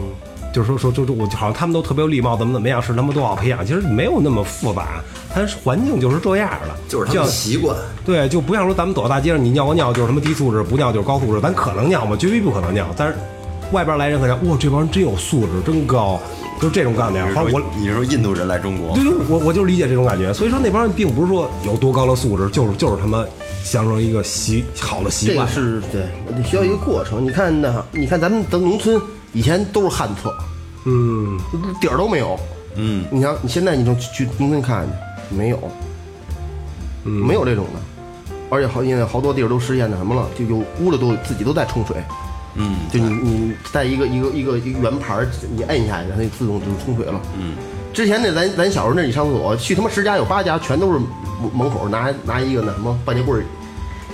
就是说说就就我就好像他们都特别有礼貌，怎么怎么样，是他们多好培养，其实没有那么复杂，它环境就是这样的，就是他们像习惯，对，就不像说咱们走到大街上，你尿个尿就是他妈低素质，不尿就是高素质，咱可能尿吗？绝逼不可能尿。但是外边来人可能，哇，这帮人真有素质，真高，都是这种干的呀。反正我你是说印度人来中国对，，对我我就理解这种感觉。所以说那帮人并不是说有多高的素质，就是就是他妈享受一个习好的习这惯个。是对，得需要一个过程。你看那，你看咱们咱农村以前都是旱厕，嗯，底儿都没有。嗯，你像你现在你就去去农村看去，没有，嗯没有这种的。而且好，现在好多地儿都实现那什么了，就有屋里都自己都在冲水。嗯，就你你带一个一个一个一个圆盘儿，你摁一下，它就自动就冲水了。嗯，之前那咱咱小时候那你上厕所去他妈十家有八家全都是门门口拿拿一个那什么半截棍儿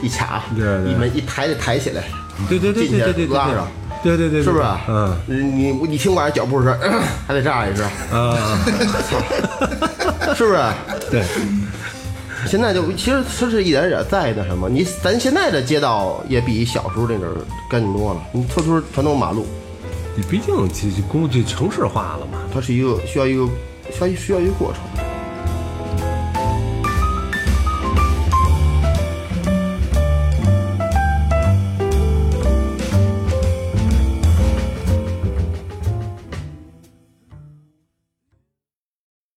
一卡，对对一门一抬得抬起来，对对对对对对对进去拉上。对对对，是不是？嗯，你你听晚上脚步声，咳 还得炸一声，啊，嗯是啊不是？对，现在就其实它是一点点在那什么，你咱现在的街道也比小时候那阵儿干净多了。你说出传统马路，你毕竟这这工具城市化了嘛。它是一个需要一个需要需要一个过程。